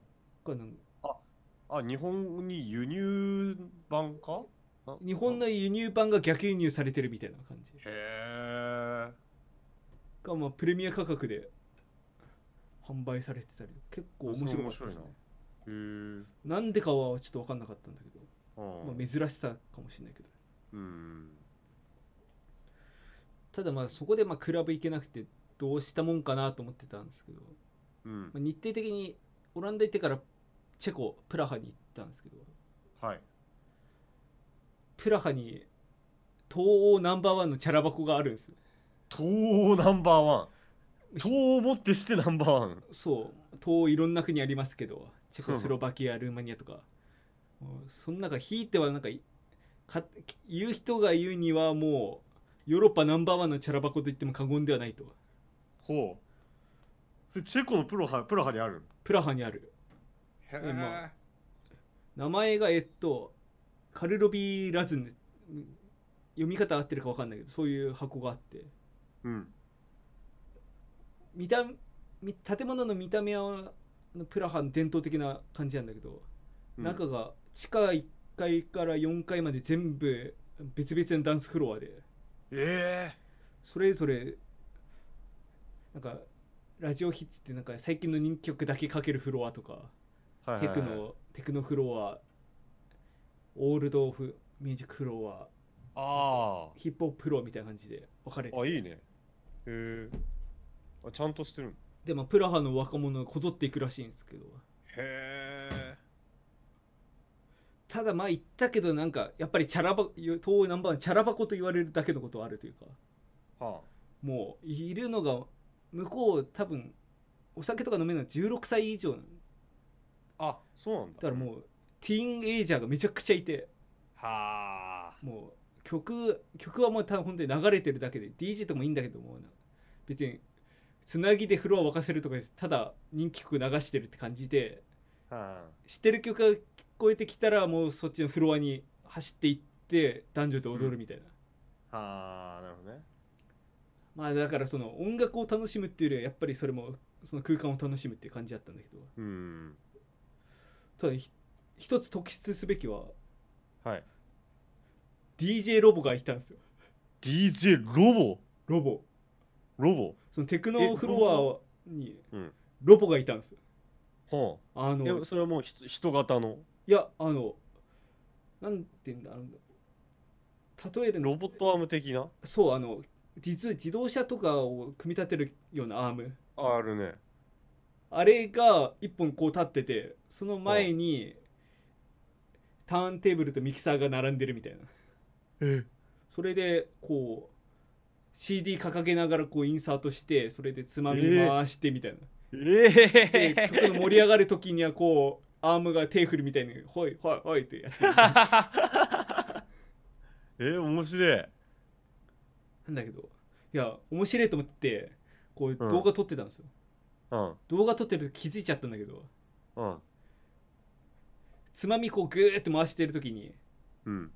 [SPEAKER 2] う
[SPEAKER 1] がなんか
[SPEAKER 2] ほう。あ、日本に輸入版かな
[SPEAKER 1] 日本の
[SPEAKER 2] へ
[SPEAKER 1] 輸入版が逆輸入されてるみたいな感じ
[SPEAKER 2] え。
[SPEAKER 1] がまあプレミア価格で販売されてたり結構面白かったで
[SPEAKER 2] 面白いへ
[SPEAKER 1] すね
[SPEAKER 2] え。うん。
[SPEAKER 1] なんでかはちょっと分かんなかったんだけど、まあ、珍しさかもしれないけど
[SPEAKER 2] うん。
[SPEAKER 1] ただまあそこでまあクラブ行けなくてどうしたもんかなと思ってたんですけど、
[SPEAKER 2] うん
[SPEAKER 1] まあ、。日程的にオランダ行ってからチェコプラハに行ったんですけど
[SPEAKER 2] はい。
[SPEAKER 1] プラハに東欧ナンバーワンのチャラ箱があるんですよ
[SPEAKER 2] 東欧ナンバーワン東欧をもってしてナンバーワン
[SPEAKER 1] そう東欧いろんな国ありますけどチェコスロバキアルーマニアとかもうその中ひいてはなんかいか言う人が言うにはもうヨーロッパナンバーワンのチャラ箱と言っても過言ではないと
[SPEAKER 2] ほうそれチェコのプロハプラハにある
[SPEAKER 1] プラハにある
[SPEAKER 2] へ
[SPEAKER 1] え
[SPEAKER 2] え、
[SPEAKER 1] ま名前がえっとカルロビー・ラズン読み方合ってるか分かんないけどそういう箱があって
[SPEAKER 2] うん
[SPEAKER 1] 見た見建物の見た目はあのプラハの伝統的な感じなんだけど、
[SPEAKER 2] うん
[SPEAKER 1] 中が地下1階から4階まで全部別々のダンスフロアで
[SPEAKER 2] え
[SPEAKER 1] それぞれなんかラジオヒッツってなんか最近の人気曲だけかけるフロアとか
[SPEAKER 2] えはい
[SPEAKER 1] テク
[SPEAKER 2] はいはい
[SPEAKER 1] ノテクノフロアオールドフミュージックフロア
[SPEAKER 2] あ
[SPEAKER 1] ヒップホップフロアみたいな感じで分かれて
[SPEAKER 2] ああいいねへえあちゃんとしてるん
[SPEAKER 1] でまあプラハの若者がこぞっていくらしいんですけど
[SPEAKER 2] へえ
[SPEAKER 1] ただまあ言ったけどなんかやっぱりチャラ箱東欧ナンバーワンチャラ箱と言われるだけのことはあるというか
[SPEAKER 2] は
[SPEAKER 1] もういるのが向こう多分お酒とか飲めるのは16歳以上なの
[SPEAKER 2] ああそうなんだ
[SPEAKER 1] だからもうティーンエイジャーがめちゃくちゃいて
[SPEAKER 2] はあ
[SPEAKER 1] もう曲曲はもう多分本当に流れてるだけで DJ ともいいんだけども別につなぎでフロア沸かせるとかただ人気曲流してるって感じで
[SPEAKER 2] は
[SPEAKER 1] 知ってる曲が聞こえてきたらもうそっちのフロアに走っていって男女で踊るみたいな、
[SPEAKER 2] あはあなるほどね
[SPEAKER 1] まあだからその音楽を楽しむっていうよりはやっぱりそれもその空間を楽しむっていう感じだったんだけど
[SPEAKER 2] うん
[SPEAKER 1] ただひ一つ特筆すべきは
[SPEAKER 2] はい
[SPEAKER 1] DJ ロボがいたんですよ
[SPEAKER 2] DJ ロボ
[SPEAKER 1] ロボ
[SPEAKER 2] ロボ
[SPEAKER 1] そのテクノフロアに
[SPEAKER 2] うん
[SPEAKER 1] ロボがいたんですよ
[SPEAKER 2] は
[SPEAKER 1] あ
[SPEAKER 2] あ
[SPEAKER 1] の
[SPEAKER 2] えそれはもうひと人型の
[SPEAKER 1] いやあのなんて言うんだあの例えるの
[SPEAKER 2] ロボットアーム的な
[SPEAKER 1] そうあの実自動車とかを組み立てるようなアーム
[SPEAKER 2] あるね
[SPEAKER 1] あれが一本こう立っててその前にターンテーブルとミキサーが並んでるみたいな
[SPEAKER 2] え
[SPEAKER 1] それでこう CD 掲げながらこうインサートしてそれでつまみ
[SPEAKER 2] ええ
[SPEAKER 1] 回してみたいな、
[SPEAKER 2] え
[SPEAKER 1] で曲の盛り上がる時にはこうアームが手振るみたいに「ほいほいほい」ってやってる
[SPEAKER 2] えー、面白い。
[SPEAKER 1] なんだけどいや面白いと思ってこう動画撮ってたんですよ、
[SPEAKER 2] うん。
[SPEAKER 1] 動画撮ってると気づいちゃったんだけど
[SPEAKER 2] うん。
[SPEAKER 1] つまみこうグーって回してる時に
[SPEAKER 2] うん。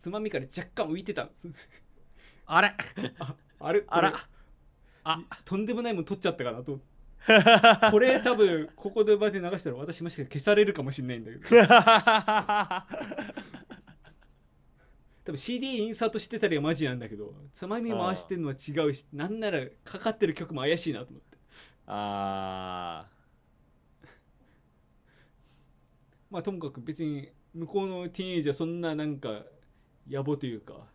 [SPEAKER 1] つまみから若干浮いてたんです
[SPEAKER 2] あれ
[SPEAKER 1] あれこれ
[SPEAKER 2] あらあ
[SPEAKER 1] とんでもないもん撮っちゃったかなと思ってこれ多分ここで場で流したら私もしか消されるかもしれないんだけど多分 CD インサートしてたりはマジなんだけどつまみ回してるのは違うしなんならかかってる曲も怪しいなと思って
[SPEAKER 2] あ
[SPEAKER 1] まあともかく別に向こうのティーンエイジはそんななんか野暮というか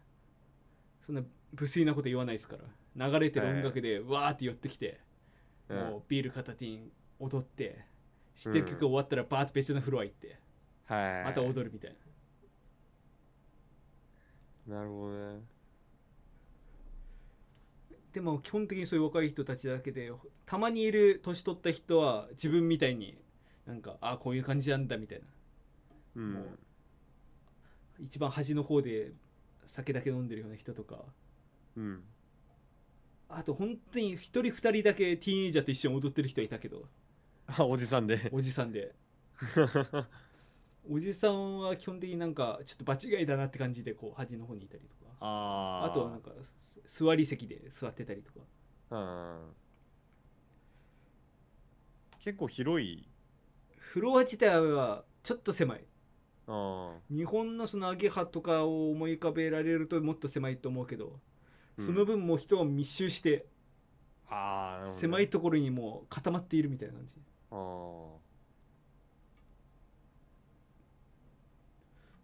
[SPEAKER 1] そんな無粋なこと言わないですから流れてる音楽でわーって寄ってきて、
[SPEAKER 2] ー。
[SPEAKER 1] もうビール片手に踊って知ってる曲終わったらバーッと別のフロア行って、
[SPEAKER 2] はい。
[SPEAKER 1] また踊るみたいな
[SPEAKER 2] なるほどね。
[SPEAKER 1] でも基本的にそういう若い人たちだけでたまにいる年取った人は自分みたいになんかああこういう感じなんだみたいな
[SPEAKER 2] うん。
[SPEAKER 1] もう一番端の方で酒だけ飲んでるような人とか
[SPEAKER 2] うん。
[SPEAKER 1] あと本当に一人二人だけティーンエイジャーと一緒に踊ってる人いたけど
[SPEAKER 2] あ、おじさんで。
[SPEAKER 1] おじさ んでおじさんは基本的になんかちょっと場違いだなって感じでこう端の方にいたりとか
[SPEAKER 2] あ
[SPEAKER 1] あとはなんかす座り席で座ってたりとか
[SPEAKER 2] あ。うん。結構広い。
[SPEAKER 1] フロア自体はちょっと狭い
[SPEAKER 2] あ
[SPEAKER 1] 日本のそのアゲハとかを思い浮かべられるともっと狭いと思うけど、
[SPEAKER 2] あ。
[SPEAKER 1] その
[SPEAKER 2] うん。
[SPEAKER 1] 分もう人が密集して
[SPEAKER 2] ああ、なるほどね
[SPEAKER 1] 狭いところにもう固まっているみたいな感じ
[SPEAKER 2] あー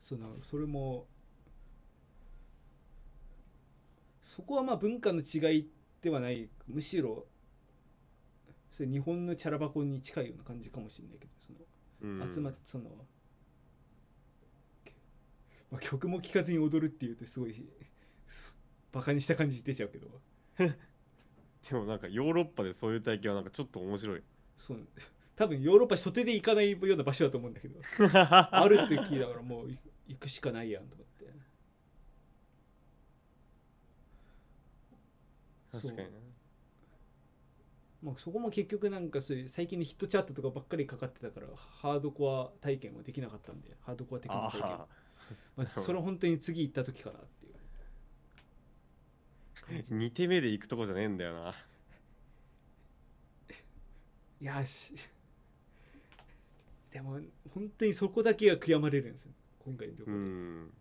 [SPEAKER 1] そのそれもそこはまあ文化の違いではないむしろそれ日本のチャラ箱に近いような感じかもしれないけどその
[SPEAKER 2] うん
[SPEAKER 1] 集まってその、まあ、曲も聴かずに踊るっていうとすごいバカにした感じ出ちゃうけど
[SPEAKER 2] でもなんかヨーロッパでそういう体験はなんかちょっと面白 い。
[SPEAKER 1] そう多分ヨーロッパ初手で行かないような場所だと思うんだけどあるって聞いたからもう行くしかないやんと思ってそう
[SPEAKER 2] 確かにね
[SPEAKER 1] まあ、そこも結局なんかそういう最近のヒットチャートとかばっかりかかってたからハードコア体験はできなかったんでハードコアテクノ
[SPEAKER 2] あ
[SPEAKER 1] 体験
[SPEAKER 2] あ
[SPEAKER 1] まあ、それは本当に次行った時かなっていう感じ
[SPEAKER 2] 2手目で行くとこじゃねえんだよない
[SPEAKER 1] やしでも本当にそこだけが悔やまれるんですよ今回の旅行
[SPEAKER 2] う
[SPEAKER 1] で、
[SPEAKER 2] ん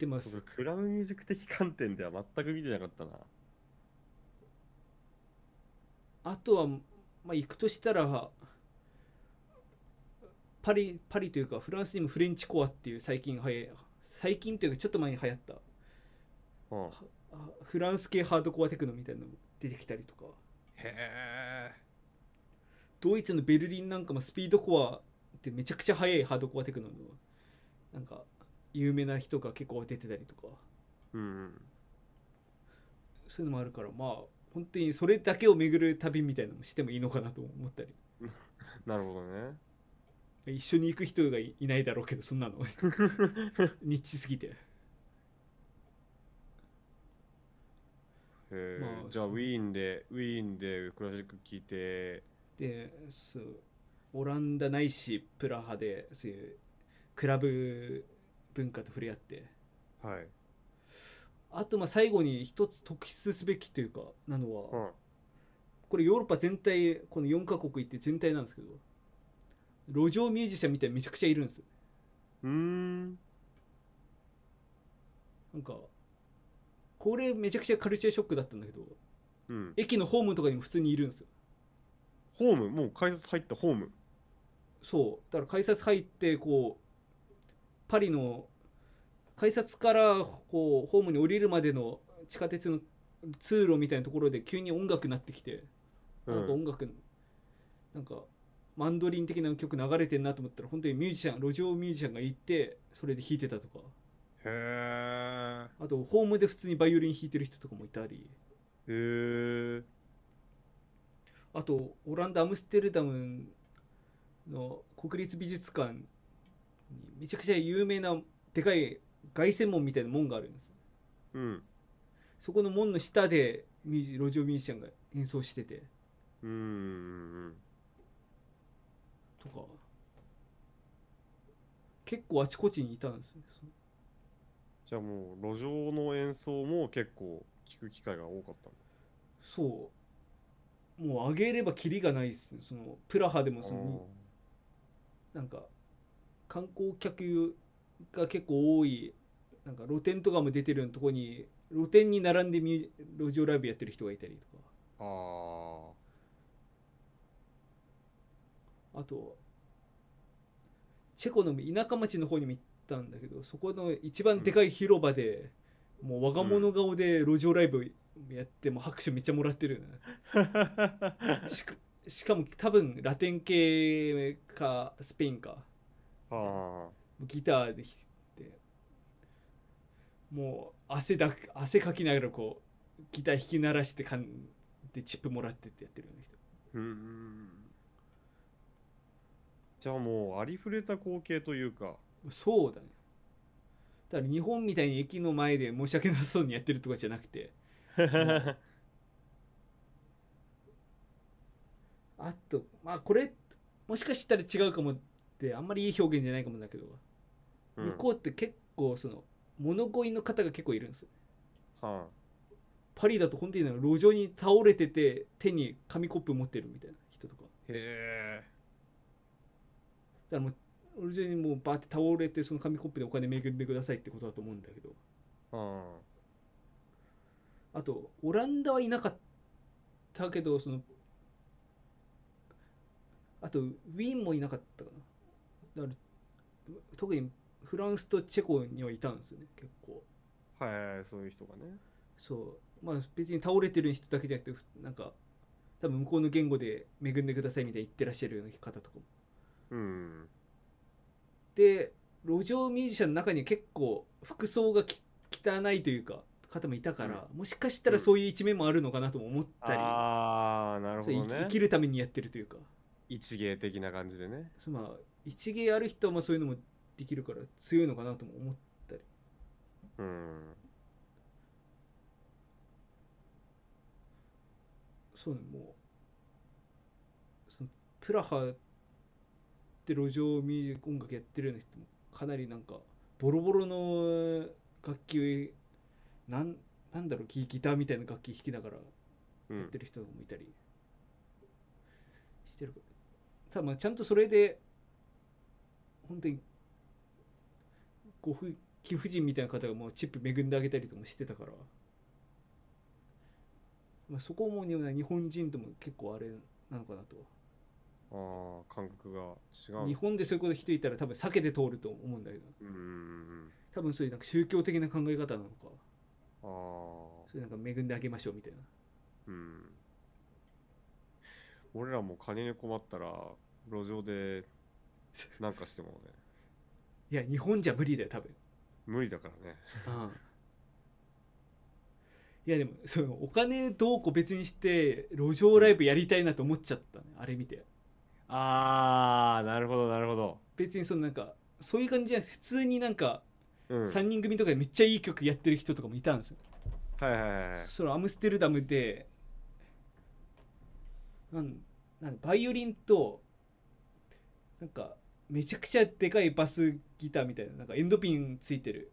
[SPEAKER 1] でまあ
[SPEAKER 2] そうかクラブミュージック的観点では全く見てなかったな
[SPEAKER 1] あとは、まあ、行くとしたらパリパリというかフランスにもフレンチコアっていう最近はや最近というかちょっと前に流行った
[SPEAKER 2] うん
[SPEAKER 1] あフランス系ハードコアテクノみたいなのも出てきたりとか
[SPEAKER 3] へえ
[SPEAKER 1] ドイツのベルリンなんかもスピードコアってめちゃくちゃ速いハードコアテクノのなんか有名な人が結構出てたりとか
[SPEAKER 2] うん
[SPEAKER 1] そういうのもあるからまあ本当にそれだけを巡る旅みたいなのもしてもいいのかなと思ったり
[SPEAKER 2] なるほどね
[SPEAKER 1] 一緒に行く人がいいないだろうけどそんな のニッチすぎて
[SPEAKER 2] へえ、
[SPEAKER 1] まあ
[SPEAKER 2] じゃあ
[SPEAKER 1] そう
[SPEAKER 2] ウィーンでウィーンでクラシック聴いて
[SPEAKER 1] でそうオランダないしプラハでそういうクラブ文化と触れ合って
[SPEAKER 2] はい
[SPEAKER 1] あとまあ最後に一つ特筆すべきというかなのは、
[SPEAKER 2] うん
[SPEAKER 1] これヨーロッパ全体この4カ国行って全体なんですけど路上ミュージシャンみたいにめちゃくちゃいるんですよ
[SPEAKER 2] うーん
[SPEAKER 1] なんかこれめちゃくちゃカルチャーショックだったんだけど
[SPEAKER 2] うん
[SPEAKER 1] 駅のホームとかにも普通にいるんですよ
[SPEAKER 2] ホームもう改札入ったホーム
[SPEAKER 1] そうだから改札入ってこうパリの改札からこうホームに降りるまでの地下鉄の通路みたいなところで急に音楽になってきて、
[SPEAKER 2] う
[SPEAKER 1] なんか
[SPEAKER 2] ん
[SPEAKER 1] 音楽なんかマンドリン的な曲流れてんなと思ったら本当にミュージシャン路上ミュージシャンがいてそれで弾いてたとか
[SPEAKER 3] へえ
[SPEAKER 1] あとホームで普通にバイオリン弾いてる人とかもいたり
[SPEAKER 2] へえ
[SPEAKER 1] あとオランダアムステルダムの国立美術館にめちゃくちゃ有名なでかい凱旋門みたいな門があるんです
[SPEAKER 2] うん
[SPEAKER 1] そこの門の下でミュージ路上ミュージシャンが演奏してて
[SPEAKER 2] うーん
[SPEAKER 1] とか結構あちこちにいたんですよ
[SPEAKER 2] じゃあもう路上の演奏も結構聞く機会が多かったんだ
[SPEAKER 1] そうもう上げればキリがないですねそのプラハでもその
[SPEAKER 2] う
[SPEAKER 1] なんか観光客が結構多いなんか露店とかも出てるようなとこに露店に並んでミュ路上ライブやってる人がいたりとか
[SPEAKER 2] あー
[SPEAKER 1] あとチェコの田舎町の方にも行ったんだけどそこの一番でかい広場で、もう我が物顔で路上ライブやって、もう拍手めっちゃもらってるよね しかしかも多分ラテン系かスペインか
[SPEAKER 2] あー
[SPEAKER 1] ギターで弾いてもう汗だく汗かきながらこうギター弾き鳴らしてかんでチップもらってってやってるような人
[SPEAKER 2] うーんじゃあもうありふれた光景という か
[SPEAKER 1] そうだねだから日本みたいに駅の前で申し訳なさそうにやってるとかじゃなくてあとまあこれもしかしたら違うかもってあんまりいい表現じゃないかもだけど、
[SPEAKER 2] うん
[SPEAKER 1] 向こうって結構その物乞いの方が結構いるんですよ
[SPEAKER 2] は
[SPEAKER 1] パリだと本当になんか路上に倒れてて手に紙コップ持ってるみたいな人とか
[SPEAKER 3] へえ
[SPEAKER 1] だからもう路上にもうバーって倒れてその紙コップでお金めぐんでくださいってことだと思うんだけど
[SPEAKER 2] あは
[SPEAKER 1] あとオランダはいなかったけどそのあとウィーンもいなかったかなだから特にフランスとチェコにはいたんですよね結構
[SPEAKER 2] あはいそういう人がね
[SPEAKER 1] そうまあ別に倒れてる人だけじゃなくてふなんか多分向こうの言語で「恵んでください」みたいに言ってらっしゃるような方とかも
[SPEAKER 2] うん
[SPEAKER 1] で路上ミュージシャンの中には結構服装がき汚いというか方もいたから、もしかしたらそういう一面もあるのかなとも思ったり、
[SPEAKER 2] ああなるほ
[SPEAKER 1] そ
[SPEAKER 2] ど
[SPEAKER 1] う生き生
[SPEAKER 2] ね
[SPEAKER 1] きるためにやってるというか
[SPEAKER 2] 一芸的な感じでね
[SPEAKER 1] そうまあ一芸ある人はまあそういうのもできるから強いのかなとも思っ
[SPEAKER 2] うん
[SPEAKER 1] そうねもうそのプラハで路上ミュージック音楽やってるような人もかなりなんかボロボロの楽器なんなんだろうギギターみたいな楽器弾きながら
[SPEAKER 2] う
[SPEAKER 1] やっ
[SPEAKER 2] ん
[SPEAKER 1] てる人もいたりしてるからただまあちゃんとそれで本当にご婦貴婦人みたいな方がもうチップ恵んであげたりとかもしてたから、まあ、そこもね日本人とも結構あれなのかなと
[SPEAKER 2] ああ感覚が違う
[SPEAKER 1] 日
[SPEAKER 2] の
[SPEAKER 1] 本でそういうこと人いたら多分避けて通ると思うんだけど
[SPEAKER 2] うーん
[SPEAKER 1] 多分そういうなんか宗教的な考え方なのか
[SPEAKER 2] ああ
[SPEAKER 1] そういうなんか恵んであげましょうみたいな
[SPEAKER 2] うん俺らも金に困ったら路上でなんかしてもね
[SPEAKER 1] いや日本じゃ無理だよ多分
[SPEAKER 2] 無理だからね
[SPEAKER 1] いやでもそのお金どうこう別にして路上ライブやりたいなと思っちゃったねあれ見て
[SPEAKER 2] ああなるほどなるほど
[SPEAKER 1] 別にそのなんかそういう感じじゃなくて普通になんか
[SPEAKER 2] うん
[SPEAKER 1] 3人組とかでめっちゃいい曲やってる人とかもいたんですよ、
[SPEAKER 2] はいはいはいはい
[SPEAKER 1] そのアムステルダムでなんなんバイオリンとなんかめちゃくちゃでかいバスギターみたいななんかエンドピンついてる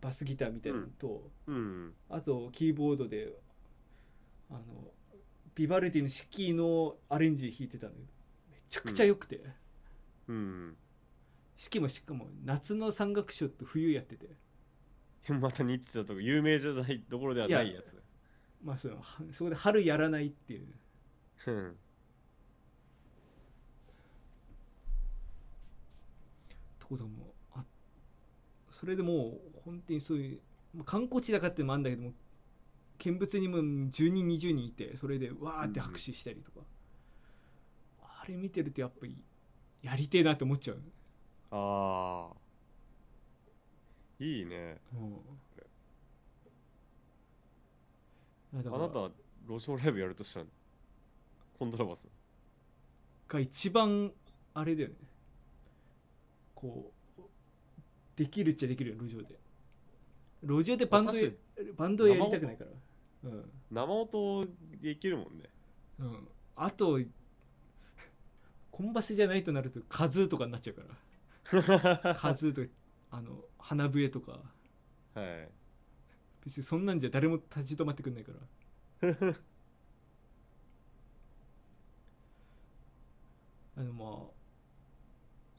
[SPEAKER 1] バスギターみたいなのと、
[SPEAKER 2] うん
[SPEAKER 1] あとキーボードであのビバルディの四季のアレンジ弾いてたんだけどめちゃくちゃ良くて、
[SPEAKER 2] うん
[SPEAKER 1] 四季もしかも夏の山岳賞と冬やってて
[SPEAKER 2] またニッチだとこ有名じゃないところではないやつ
[SPEAKER 1] まあそのはそこで春やらないっていう
[SPEAKER 2] うん
[SPEAKER 1] ところもあそれでもう本当にそういうまあ観光地だからってのもあるんだけども見物にも10人20人いてそれでわーって拍手したりとか、あれ見てるとやっぱりやりてえなって思っちゃう、
[SPEAKER 2] ああいいね
[SPEAKER 1] うん、だ
[SPEAKER 2] あ
[SPEAKER 1] か
[SPEAKER 2] な
[SPEAKER 1] ら
[SPEAKER 2] た路上ライブやるとしたらコントラバス
[SPEAKER 1] が一番あれだよねこうできるっちゃできるよ路上で路上でバンド
[SPEAKER 2] まあ
[SPEAKER 1] や
[SPEAKER 2] 確
[SPEAKER 1] バンドやりたくないからうん、
[SPEAKER 2] 生音できるもんね
[SPEAKER 1] うん、あとコンバスじゃないとなるとカズーとかになっちゃうか らカズーとかあの花笛とか
[SPEAKER 2] はい
[SPEAKER 1] 別にそんなんじゃ誰も立ち止まってくんないから あのまあ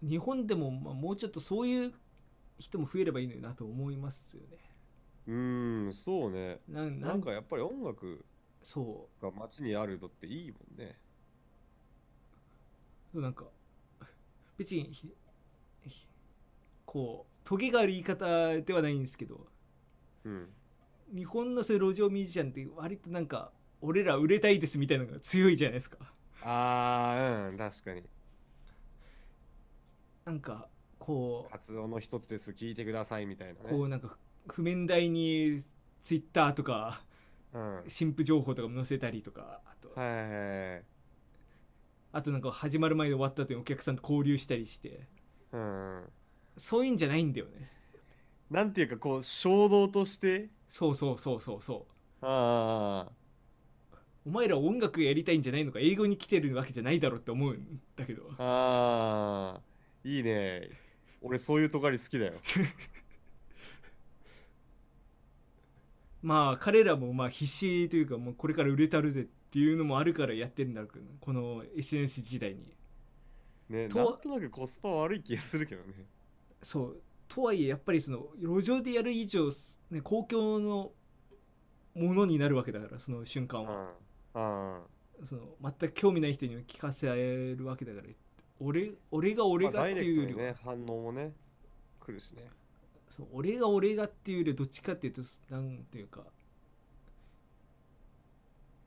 [SPEAKER 1] 日本でもまあもうちょっとそういう人も増えればいいのになと思いますよね。
[SPEAKER 2] うーんそうね
[SPEAKER 1] なんな
[SPEAKER 2] なんんかやっぱり音楽
[SPEAKER 1] そ
[SPEAKER 2] が街にあるのっていいもんね
[SPEAKER 1] うなんか別にひひこうトゲがある言い方ではないんですけど
[SPEAKER 2] うん
[SPEAKER 1] 日本のそういう路上ミュージシャンって割となんか俺ら売れたいですみたいなのが強いじゃないですか。
[SPEAKER 2] ああうん確かに
[SPEAKER 1] なんかこう
[SPEAKER 2] 活動の一つです聞いてくださいみたいなね
[SPEAKER 1] こうなんか譜面台にツイッターとか
[SPEAKER 2] うんはい
[SPEAKER 1] 新婦情報とかも載せたりとかあと
[SPEAKER 2] はいはい
[SPEAKER 1] あとなんか始まる前で終わった後にお客さんと交流したりして
[SPEAKER 2] うん
[SPEAKER 1] そういうんじゃないんだよね
[SPEAKER 2] なんていうかこう衝動として
[SPEAKER 1] そうそうそうそうそう
[SPEAKER 2] ああ
[SPEAKER 1] お前ら音楽やりたいんじゃないのか英語に来てるわけじゃないだろうって思うんだけど
[SPEAKER 2] ああいいね俺そういうとがり好きだよ
[SPEAKER 1] まあ彼らもまあ必死というかもうこれから売れたるぜっていうのもあるからやってるんだろうけどこの SNS 時代に
[SPEAKER 2] ね
[SPEAKER 1] と
[SPEAKER 2] なんとなくコスパ悪い気がするけどね
[SPEAKER 1] そうとはいえやっぱりその路上でやる以上、ね、公共のものになるわけだからその瞬間
[SPEAKER 2] う
[SPEAKER 1] は、
[SPEAKER 2] んあ
[SPEAKER 1] その全く興味ない人にも聞かせるわけだから俺俺が俺がっていうよりは、
[SPEAKER 2] ね反応もね来るしね
[SPEAKER 1] そう俺が俺がっていうよりはどっちかっていうとなんていうか、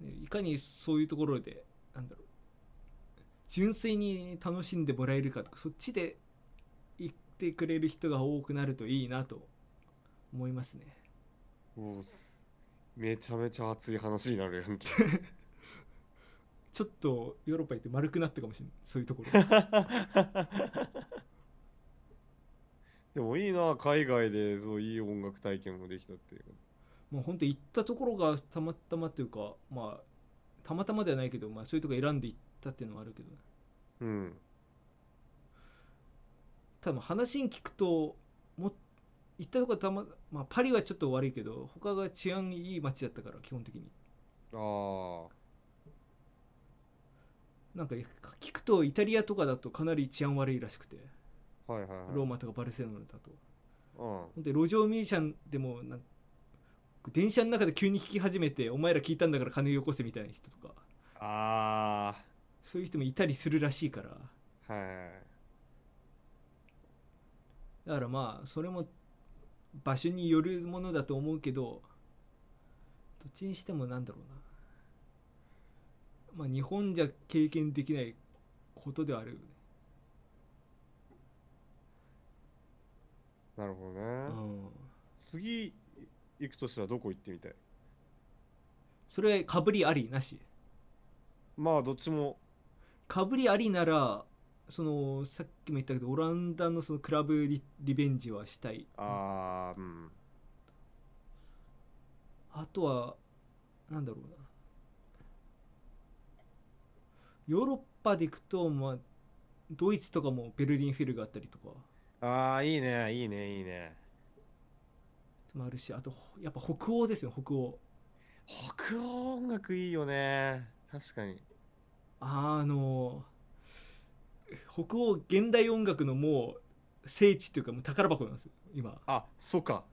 [SPEAKER 1] ねいかにそういうところでなんだろう純粋に楽しんでもらえるかとかそっちで言ってくれる人が多くなるといいなと思いますね。
[SPEAKER 2] もうすめちゃめちゃ熱い話になるやんけ
[SPEAKER 1] ちょっとヨーロッパ行って丸くなったかもしれないそういうところ
[SPEAKER 2] でもいいな海外でそういい音楽体験もできたっていう
[SPEAKER 1] もう本当行ったところがたまたまというかまあたまたまではないけど、まあ、そういうとこ選んでいったっていうのはあるけどね
[SPEAKER 2] うん
[SPEAKER 1] 多分話に聞くとも行ったとこはたま、まあ、パリはちょっと悪いけど他が治安いい街だったから基本的に
[SPEAKER 2] あ
[SPEAKER 1] なんか聞くとイタリアとかだとかなり治安悪いらしくて
[SPEAKER 2] あはいはいはい
[SPEAKER 1] ローマとかバルセロナだと
[SPEAKER 2] うん
[SPEAKER 1] ほんで路上ミュージシャンでもなん電車の中で急に弾き始めてお前ら聞いたんだから金よこせみたいな人とか
[SPEAKER 2] あ
[SPEAKER 1] そういう人もいたりするらしいから
[SPEAKER 2] あはい
[SPEAKER 1] だからまあそれも場所によるものだと思うけどどっちにしてもなんだろうなまあ日本じゃ経験できないことではあるよね
[SPEAKER 2] なるほどね、
[SPEAKER 1] うん
[SPEAKER 2] 次行くとしたらどこ行ってみたい
[SPEAKER 1] それかぶりありなし
[SPEAKER 2] まあどっちも
[SPEAKER 1] かぶりありならそのさっきも言ったけどオランダのそのクラブリリベンジはしたい
[SPEAKER 2] ああうん
[SPEAKER 1] あとはなんだろうなヨーロッパで行くと、まあ、ドイツとかもベルリンフィルがあったりとか
[SPEAKER 2] ああいいねいいねいいね
[SPEAKER 1] もあるしあとほやっぱ北欧ですよ北欧
[SPEAKER 2] 北欧音楽いいよね確かに
[SPEAKER 1] あの北欧現代音楽のもう聖地というかもう宝箱なんですよ今
[SPEAKER 2] あそっか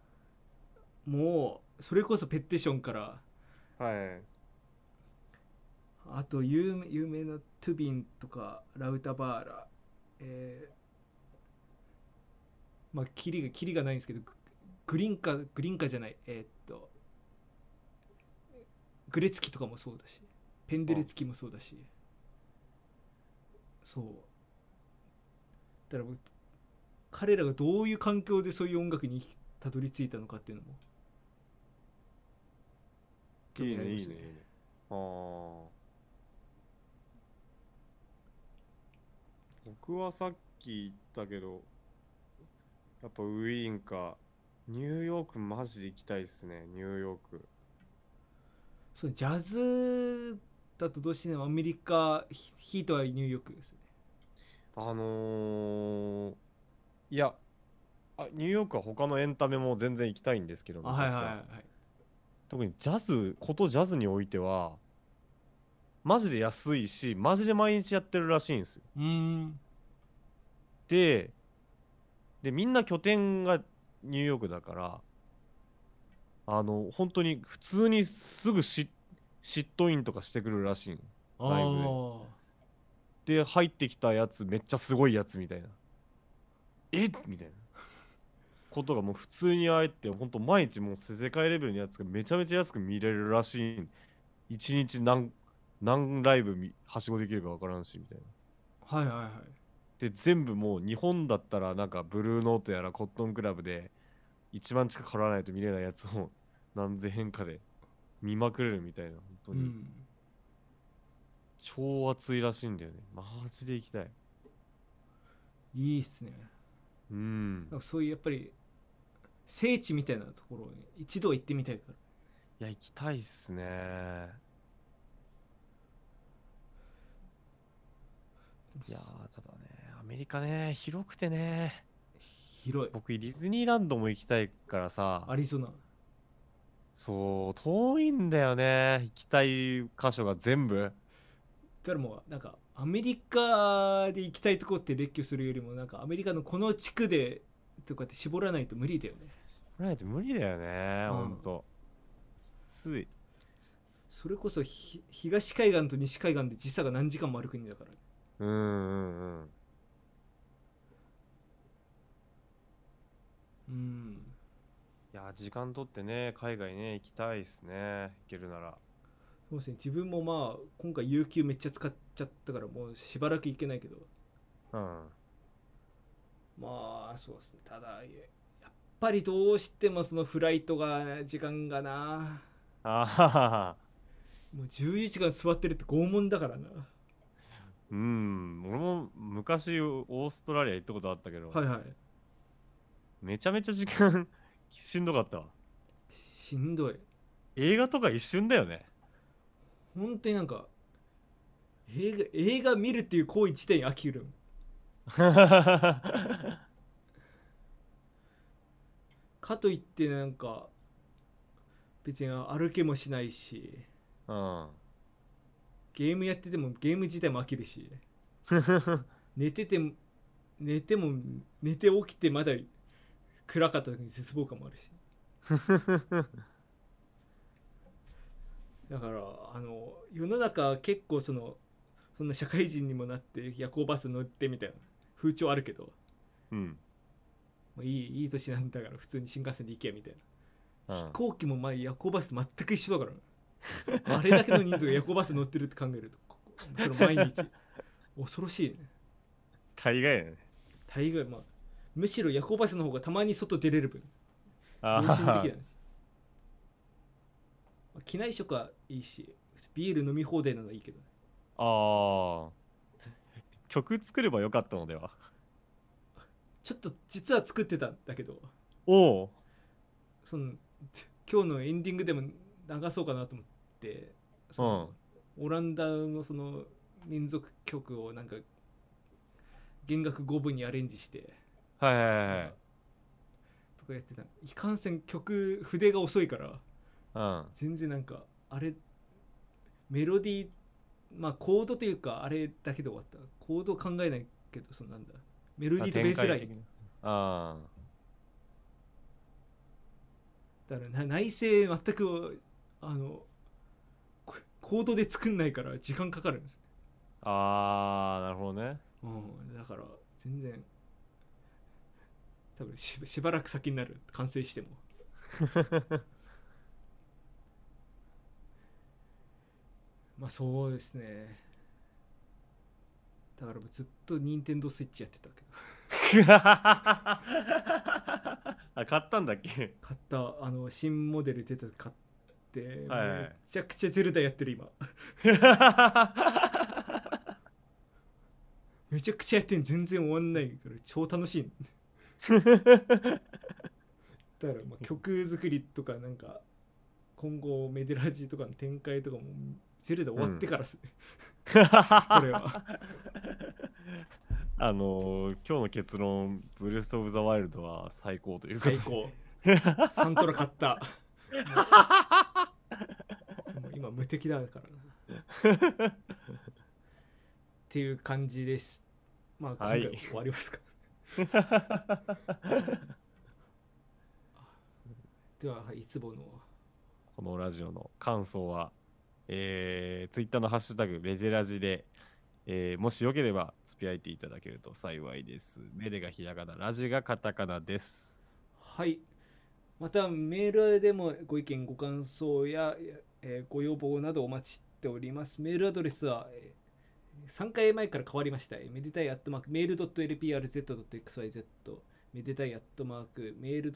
[SPEAKER 1] もうそれこそペッティションから
[SPEAKER 2] はい
[SPEAKER 1] あと有名有名なトゥビンとかラウタバーラ、えーまあキリがキリがないんですけどググリンカグリンカじゃないえーっとグレツキとかもそうだしペンデレツキもそうだしそうだから僕彼らがどういう環境でそういう音楽にたどり着いたのかっていうのも興
[SPEAKER 2] いい
[SPEAKER 1] 味
[SPEAKER 2] ね
[SPEAKER 1] ありま
[SPEAKER 2] いい
[SPEAKER 1] す
[SPEAKER 2] ねいいねあー僕はさっき言ったけどやっぱウィーンかニューヨークマジで行きたいっすねニューヨーク
[SPEAKER 1] そのジャズだとどうしてもアメリカひひいとはニューヨークですね
[SPEAKER 2] あのー、いやあニューヨークは他のエンタメも全然行きたいんですけど
[SPEAKER 1] あ
[SPEAKER 2] めちゃ
[SPEAKER 1] は
[SPEAKER 2] く
[SPEAKER 1] い
[SPEAKER 2] ち
[SPEAKER 1] は
[SPEAKER 2] ゃ
[SPEAKER 1] いはい
[SPEAKER 2] 特にジャズことジャズにおいてはマジで安いしマジで毎日やってるらしいんですよ
[SPEAKER 1] うーん
[SPEAKER 2] ででみんな拠点がニューヨークだからあの本当に普通にすぐし嫉妬インとかしてくるらしいの
[SPEAKER 1] ああ
[SPEAKER 2] ライブでで入ってきたやつめっちゃすごいやつみたいなえっみたいなことがもう普通にあえて本当毎日もう世界レベルのやつがめちゃめちゃ安く見れるらしい一日何何ライブみはしごできるか分からんしみたいな
[SPEAKER 1] はいはいはい
[SPEAKER 2] で全部もう日本だったらなんかブルーノートやらコットンクラブで一番近く払わないと見れないやつを何千円かで見まくれるみたいな本当
[SPEAKER 1] う
[SPEAKER 2] に
[SPEAKER 1] ん
[SPEAKER 2] 超熱いらしいんだよねマジで行きたい
[SPEAKER 1] いいっすね
[SPEAKER 2] うん
[SPEAKER 1] なんかそういうやっぱり聖地みたいなところに一度は行ってみたいから
[SPEAKER 2] いや行きたいっすねいやーただねアメリカね広くてね
[SPEAKER 1] 広い
[SPEAKER 2] 僕ディズニーランドも行きたいからさ
[SPEAKER 1] アリゾナ
[SPEAKER 2] そう遠いんだよね行きたい箇所が全部
[SPEAKER 1] だからもうなんかアメリカで行きたいとこって列挙するよりもなんかアメリカのこの地区でとかって絞らないと無理だよね
[SPEAKER 2] 来ないと無理だよね、
[SPEAKER 1] うん
[SPEAKER 2] ほんとつい
[SPEAKER 1] それこそひ東海岸と西海岸で時差が何時間もある国だから
[SPEAKER 2] うんうんうん
[SPEAKER 1] うん
[SPEAKER 2] いや時間取ってね海外ね行きたいっすね行けるなら
[SPEAKER 1] そうですね自分もまあ今回有給めっちゃ使っちゃったからもうしばらく行けないけど
[SPEAKER 2] うん
[SPEAKER 1] まあそうですねただやっぱりどうしてもそのフライトが時間がな
[SPEAKER 2] あははは
[SPEAKER 1] もう14時間座ってるって拷問だからな
[SPEAKER 2] うん俺も昔オーストラリア行ったことあったけど、
[SPEAKER 1] はいはい
[SPEAKER 2] めちゃめちゃ時間 しんどかったわ
[SPEAKER 1] しんどい
[SPEAKER 2] 映画とか一瞬だよね
[SPEAKER 1] 本当になんか映画映画見るっていう行為自体に飽きるもんかといってなんか別に歩けもしないし
[SPEAKER 2] うん。
[SPEAKER 1] ゲームやっててもゲーム自体も飽きるし寝てても寝ても寝て起きてまだ暗かった時に絶望感もあるしだからあの世の中結構そのそんな社会人にもなって夜行バス乗ってみたいな風潮あるけど
[SPEAKER 2] うん。
[SPEAKER 1] もういいいい年なんだから普通に新幹線で行けみたいな
[SPEAKER 2] う
[SPEAKER 1] 飛
[SPEAKER 2] ん
[SPEAKER 1] 行機も前夜行バスと全く一緒だからなあれだけの人数が夜行バス乗ってるって考えるとこその毎 日恐ろしいね
[SPEAKER 2] 大概やね。
[SPEAKER 1] 大概まあむしろ夜行バスの方がたまに外出れる分良
[SPEAKER 2] あ
[SPEAKER 1] 心的なん
[SPEAKER 2] あ
[SPEAKER 1] ですまあ機内食はいいしビール飲み放題なのはいいけどね
[SPEAKER 2] あー。曲作ればよかったのでは。
[SPEAKER 1] ちょっと実は作ってたんだけど
[SPEAKER 2] おお。
[SPEAKER 1] その今日のエンディングでも流そうかなと思ってその、オランダのその民族曲をなんか弦楽5分にアレンジして、
[SPEAKER 2] はいはいはいはい。
[SPEAKER 1] とかやってたいかんせん曲筆が遅いから
[SPEAKER 2] うん。
[SPEAKER 1] 全然なんかあれメロディーまあコードというかあれだけで終わったコード考えないけどそのなんだメロディーとベースライン
[SPEAKER 2] あ
[SPEAKER 1] だからな内政全くあのこコードで作んないから時間かかるんです、
[SPEAKER 2] あ。ああ、なるほどね。
[SPEAKER 1] うん、だから全然多分ししばらく先になる完成しても まあそうですねだからずっと任天堂スイッチやってたけど
[SPEAKER 2] あ、買ったんだっけ
[SPEAKER 1] 買ったあの新モデル出た買って、
[SPEAKER 2] はいはい
[SPEAKER 1] めちゃくちゃゼルダやってる今めちゃくちゃやってん全然終わんないから超楽しいだからまあ曲作りとかなんか今後メデラジとかの展開とかもゼルダ終わってからっすね、 これは
[SPEAKER 2] あのー今日の結論、ブルース・オブ・ザ・ワイルドは最高ということで。
[SPEAKER 1] 最高サントラ買ったもう 今無敵だからなっていう感じですまあ今
[SPEAKER 2] はい
[SPEAKER 1] 回終わりますか、 でははいいつもの
[SPEAKER 2] このラジオの感想は、えー、Twitter のハッシュタグ、メデラジで、えーもしよければ、つぶやいていただけると幸いです。メデがひらがな、ラジがカタカナです。
[SPEAKER 1] はい。またメールでもご意見、ご感想や、えーご要望などお待ちしております。メールアドレスは、えー3回前から変わりました。えーめでたいアットマーク、メール .lprz.xyz、めでたいアットマーク、メール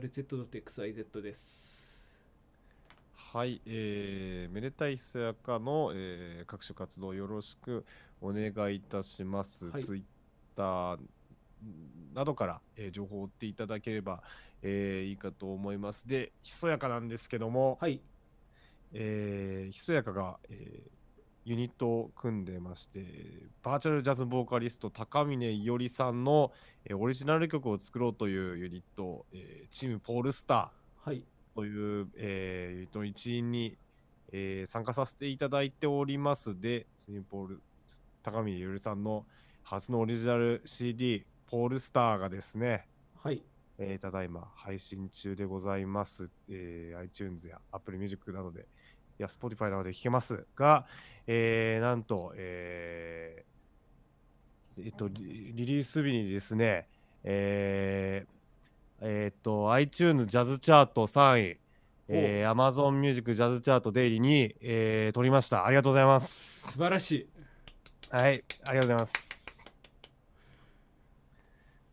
[SPEAKER 1] .lprz.xyz です。
[SPEAKER 2] はい、えー、めでたいひそやかの、えー各種活動よろしくお願いいたします。
[SPEAKER 1] はい
[SPEAKER 2] ツイッターなどから、えー情報を追っていただければ、えーいいかと思います。で、ひそやかなんですけども、
[SPEAKER 1] はい。
[SPEAKER 2] えーひそやかが、えーユニットを組んでまして、えーバーチャルジャズボーカリスト高峰伊織さんの、えーオリジナル曲を作ろうというユニット、えーチームポールスター。
[SPEAKER 1] はい。
[SPEAKER 2] という、えー、ユニットの一員に、えー参加させていただいておりますで、シンポール、高見ゆるさんの初のオリジナル CD、ポールスターがですね、
[SPEAKER 1] はい。
[SPEAKER 2] えーただいま配信中でございます。えー iTunes や Apple Music などで、いや、Spotify などで聴けますが、えーなんと、えーえっと、リリリース日にですね、えーえーっと、iTunes ジャズチャート3位、えー、Amazon Music ジャズチャートデイリーに、えー取りました。ありがとうございます。
[SPEAKER 1] 素晴らしい。
[SPEAKER 2] はい、ありがとうございます。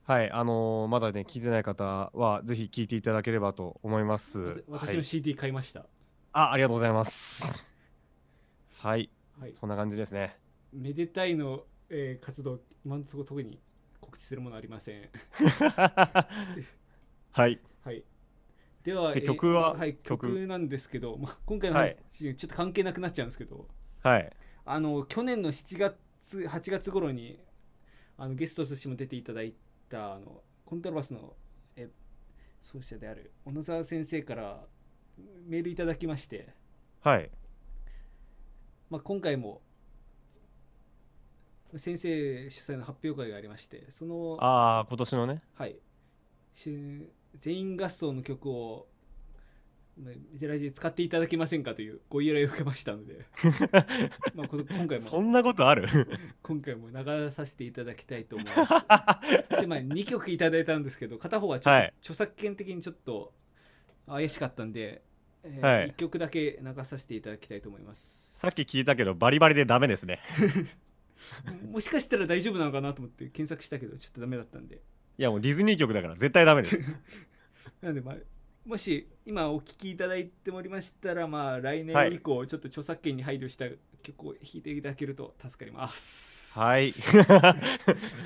[SPEAKER 2] はい、あのーまだね、聞いてない方は、ぜひ聞いていただければと思います。
[SPEAKER 1] わた私
[SPEAKER 2] は
[SPEAKER 1] の
[SPEAKER 2] い、
[SPEAKER 1] CD 買いました。は
[SPEAKER 2] あ、ありがとうございます。はい、
[SPEAKER 1] い。
[SPEAKER 2] そんな感じです ね。
[SPEAKER 1] めでたいの、えー活動、今のところ特に告知するものありません。
[SPEAKER 2] はい、
[SPEAKER 1] はい。では
[SPEAKER 2] で
[SPEAKER 1] えー
[SPEAKER 2] 曲は
[SPEAKER 1] はい、
[SPEAKER 2] 曲
[SPEAKER 1] 曲なんですけど、まあ、今回の話
[SPEAKER 2] は
[SPEAKER 1] ちょっと関係なくなっちゃうんですけど、
[SPEAKER 2] はい
[SPEAKER 1] あの去年の7月8月頃にあのゲストとしても出ていただいたあのコントラバスのえ奏者である小野沢先生からメールいただきまして、
[SPEAKER 2] はい
[SPEAKER 1] まあ、今回も先生主催の発表会がありましてその
[SPEAKER 2] ああ今年のね
[SPEAKER 1] はい、し全員合奏の曲をまあメテラジで使っていただけませんかというご依頼を受けました ので、まあ、こ今回
[SPEAKER 2] そ
[SPEAKER 1] も
[SPEAKER 2] んなことある
[SPEAKER 1] 今回も流させていただきたいと思いま すで、まあ、2曲いただいたんですけど片方はちょっと
[SPEAKER 2] はい
[SPEAKER 1] 著作権的にちょっと怪しかったんで、え
[SPEAKER 2] はい
[SPEAKER 1] 1曲だけ流させていただきたいと思います
[SPEAKER 2] さっき聞いたけどバリバリでダメですね
[SPEAKER 1] もしかしたら大丈夫なのかなと思って検索したけどちょっとダメだったんで
[SPEAKER 2] いやもうディズニー曲だから絶対ダメ です
[SPEAKER 1] なんで、まあ、もし今お聞きいただいておりましたら、まあ、来
[SPEAKER 2] は
[SPEAKER 1] 年
[SPEAKER 2] い
[SPEAKER 1] 以降、ちょっと著作権に配慮した曲を弾いていただけると助かります。
[SPEAKER 2] はい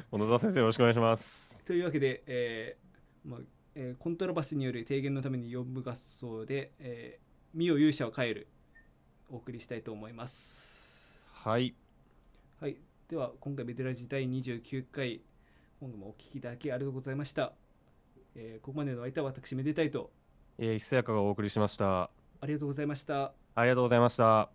[SPEAKER 2] 小野沢先生よろしくお願いします
[SPEAKER 1] というわけで、えーまあえーコントラバスによる提言のために4部合奏で「えー、身を勇者を変える」お送りしたいと思います。
[SPEAKER 2] はい
[SPEAKER 1] はい、では今回ベテラジ第29回今後もお聞きいただきありがとうございました。えーここまでの相手は私めでたいと
[SPEAKER 2] えー、ひそやかがお送りしました
[SPEAKER 1] ありがとうございました。
[SPEAKER 2] ありがとうございました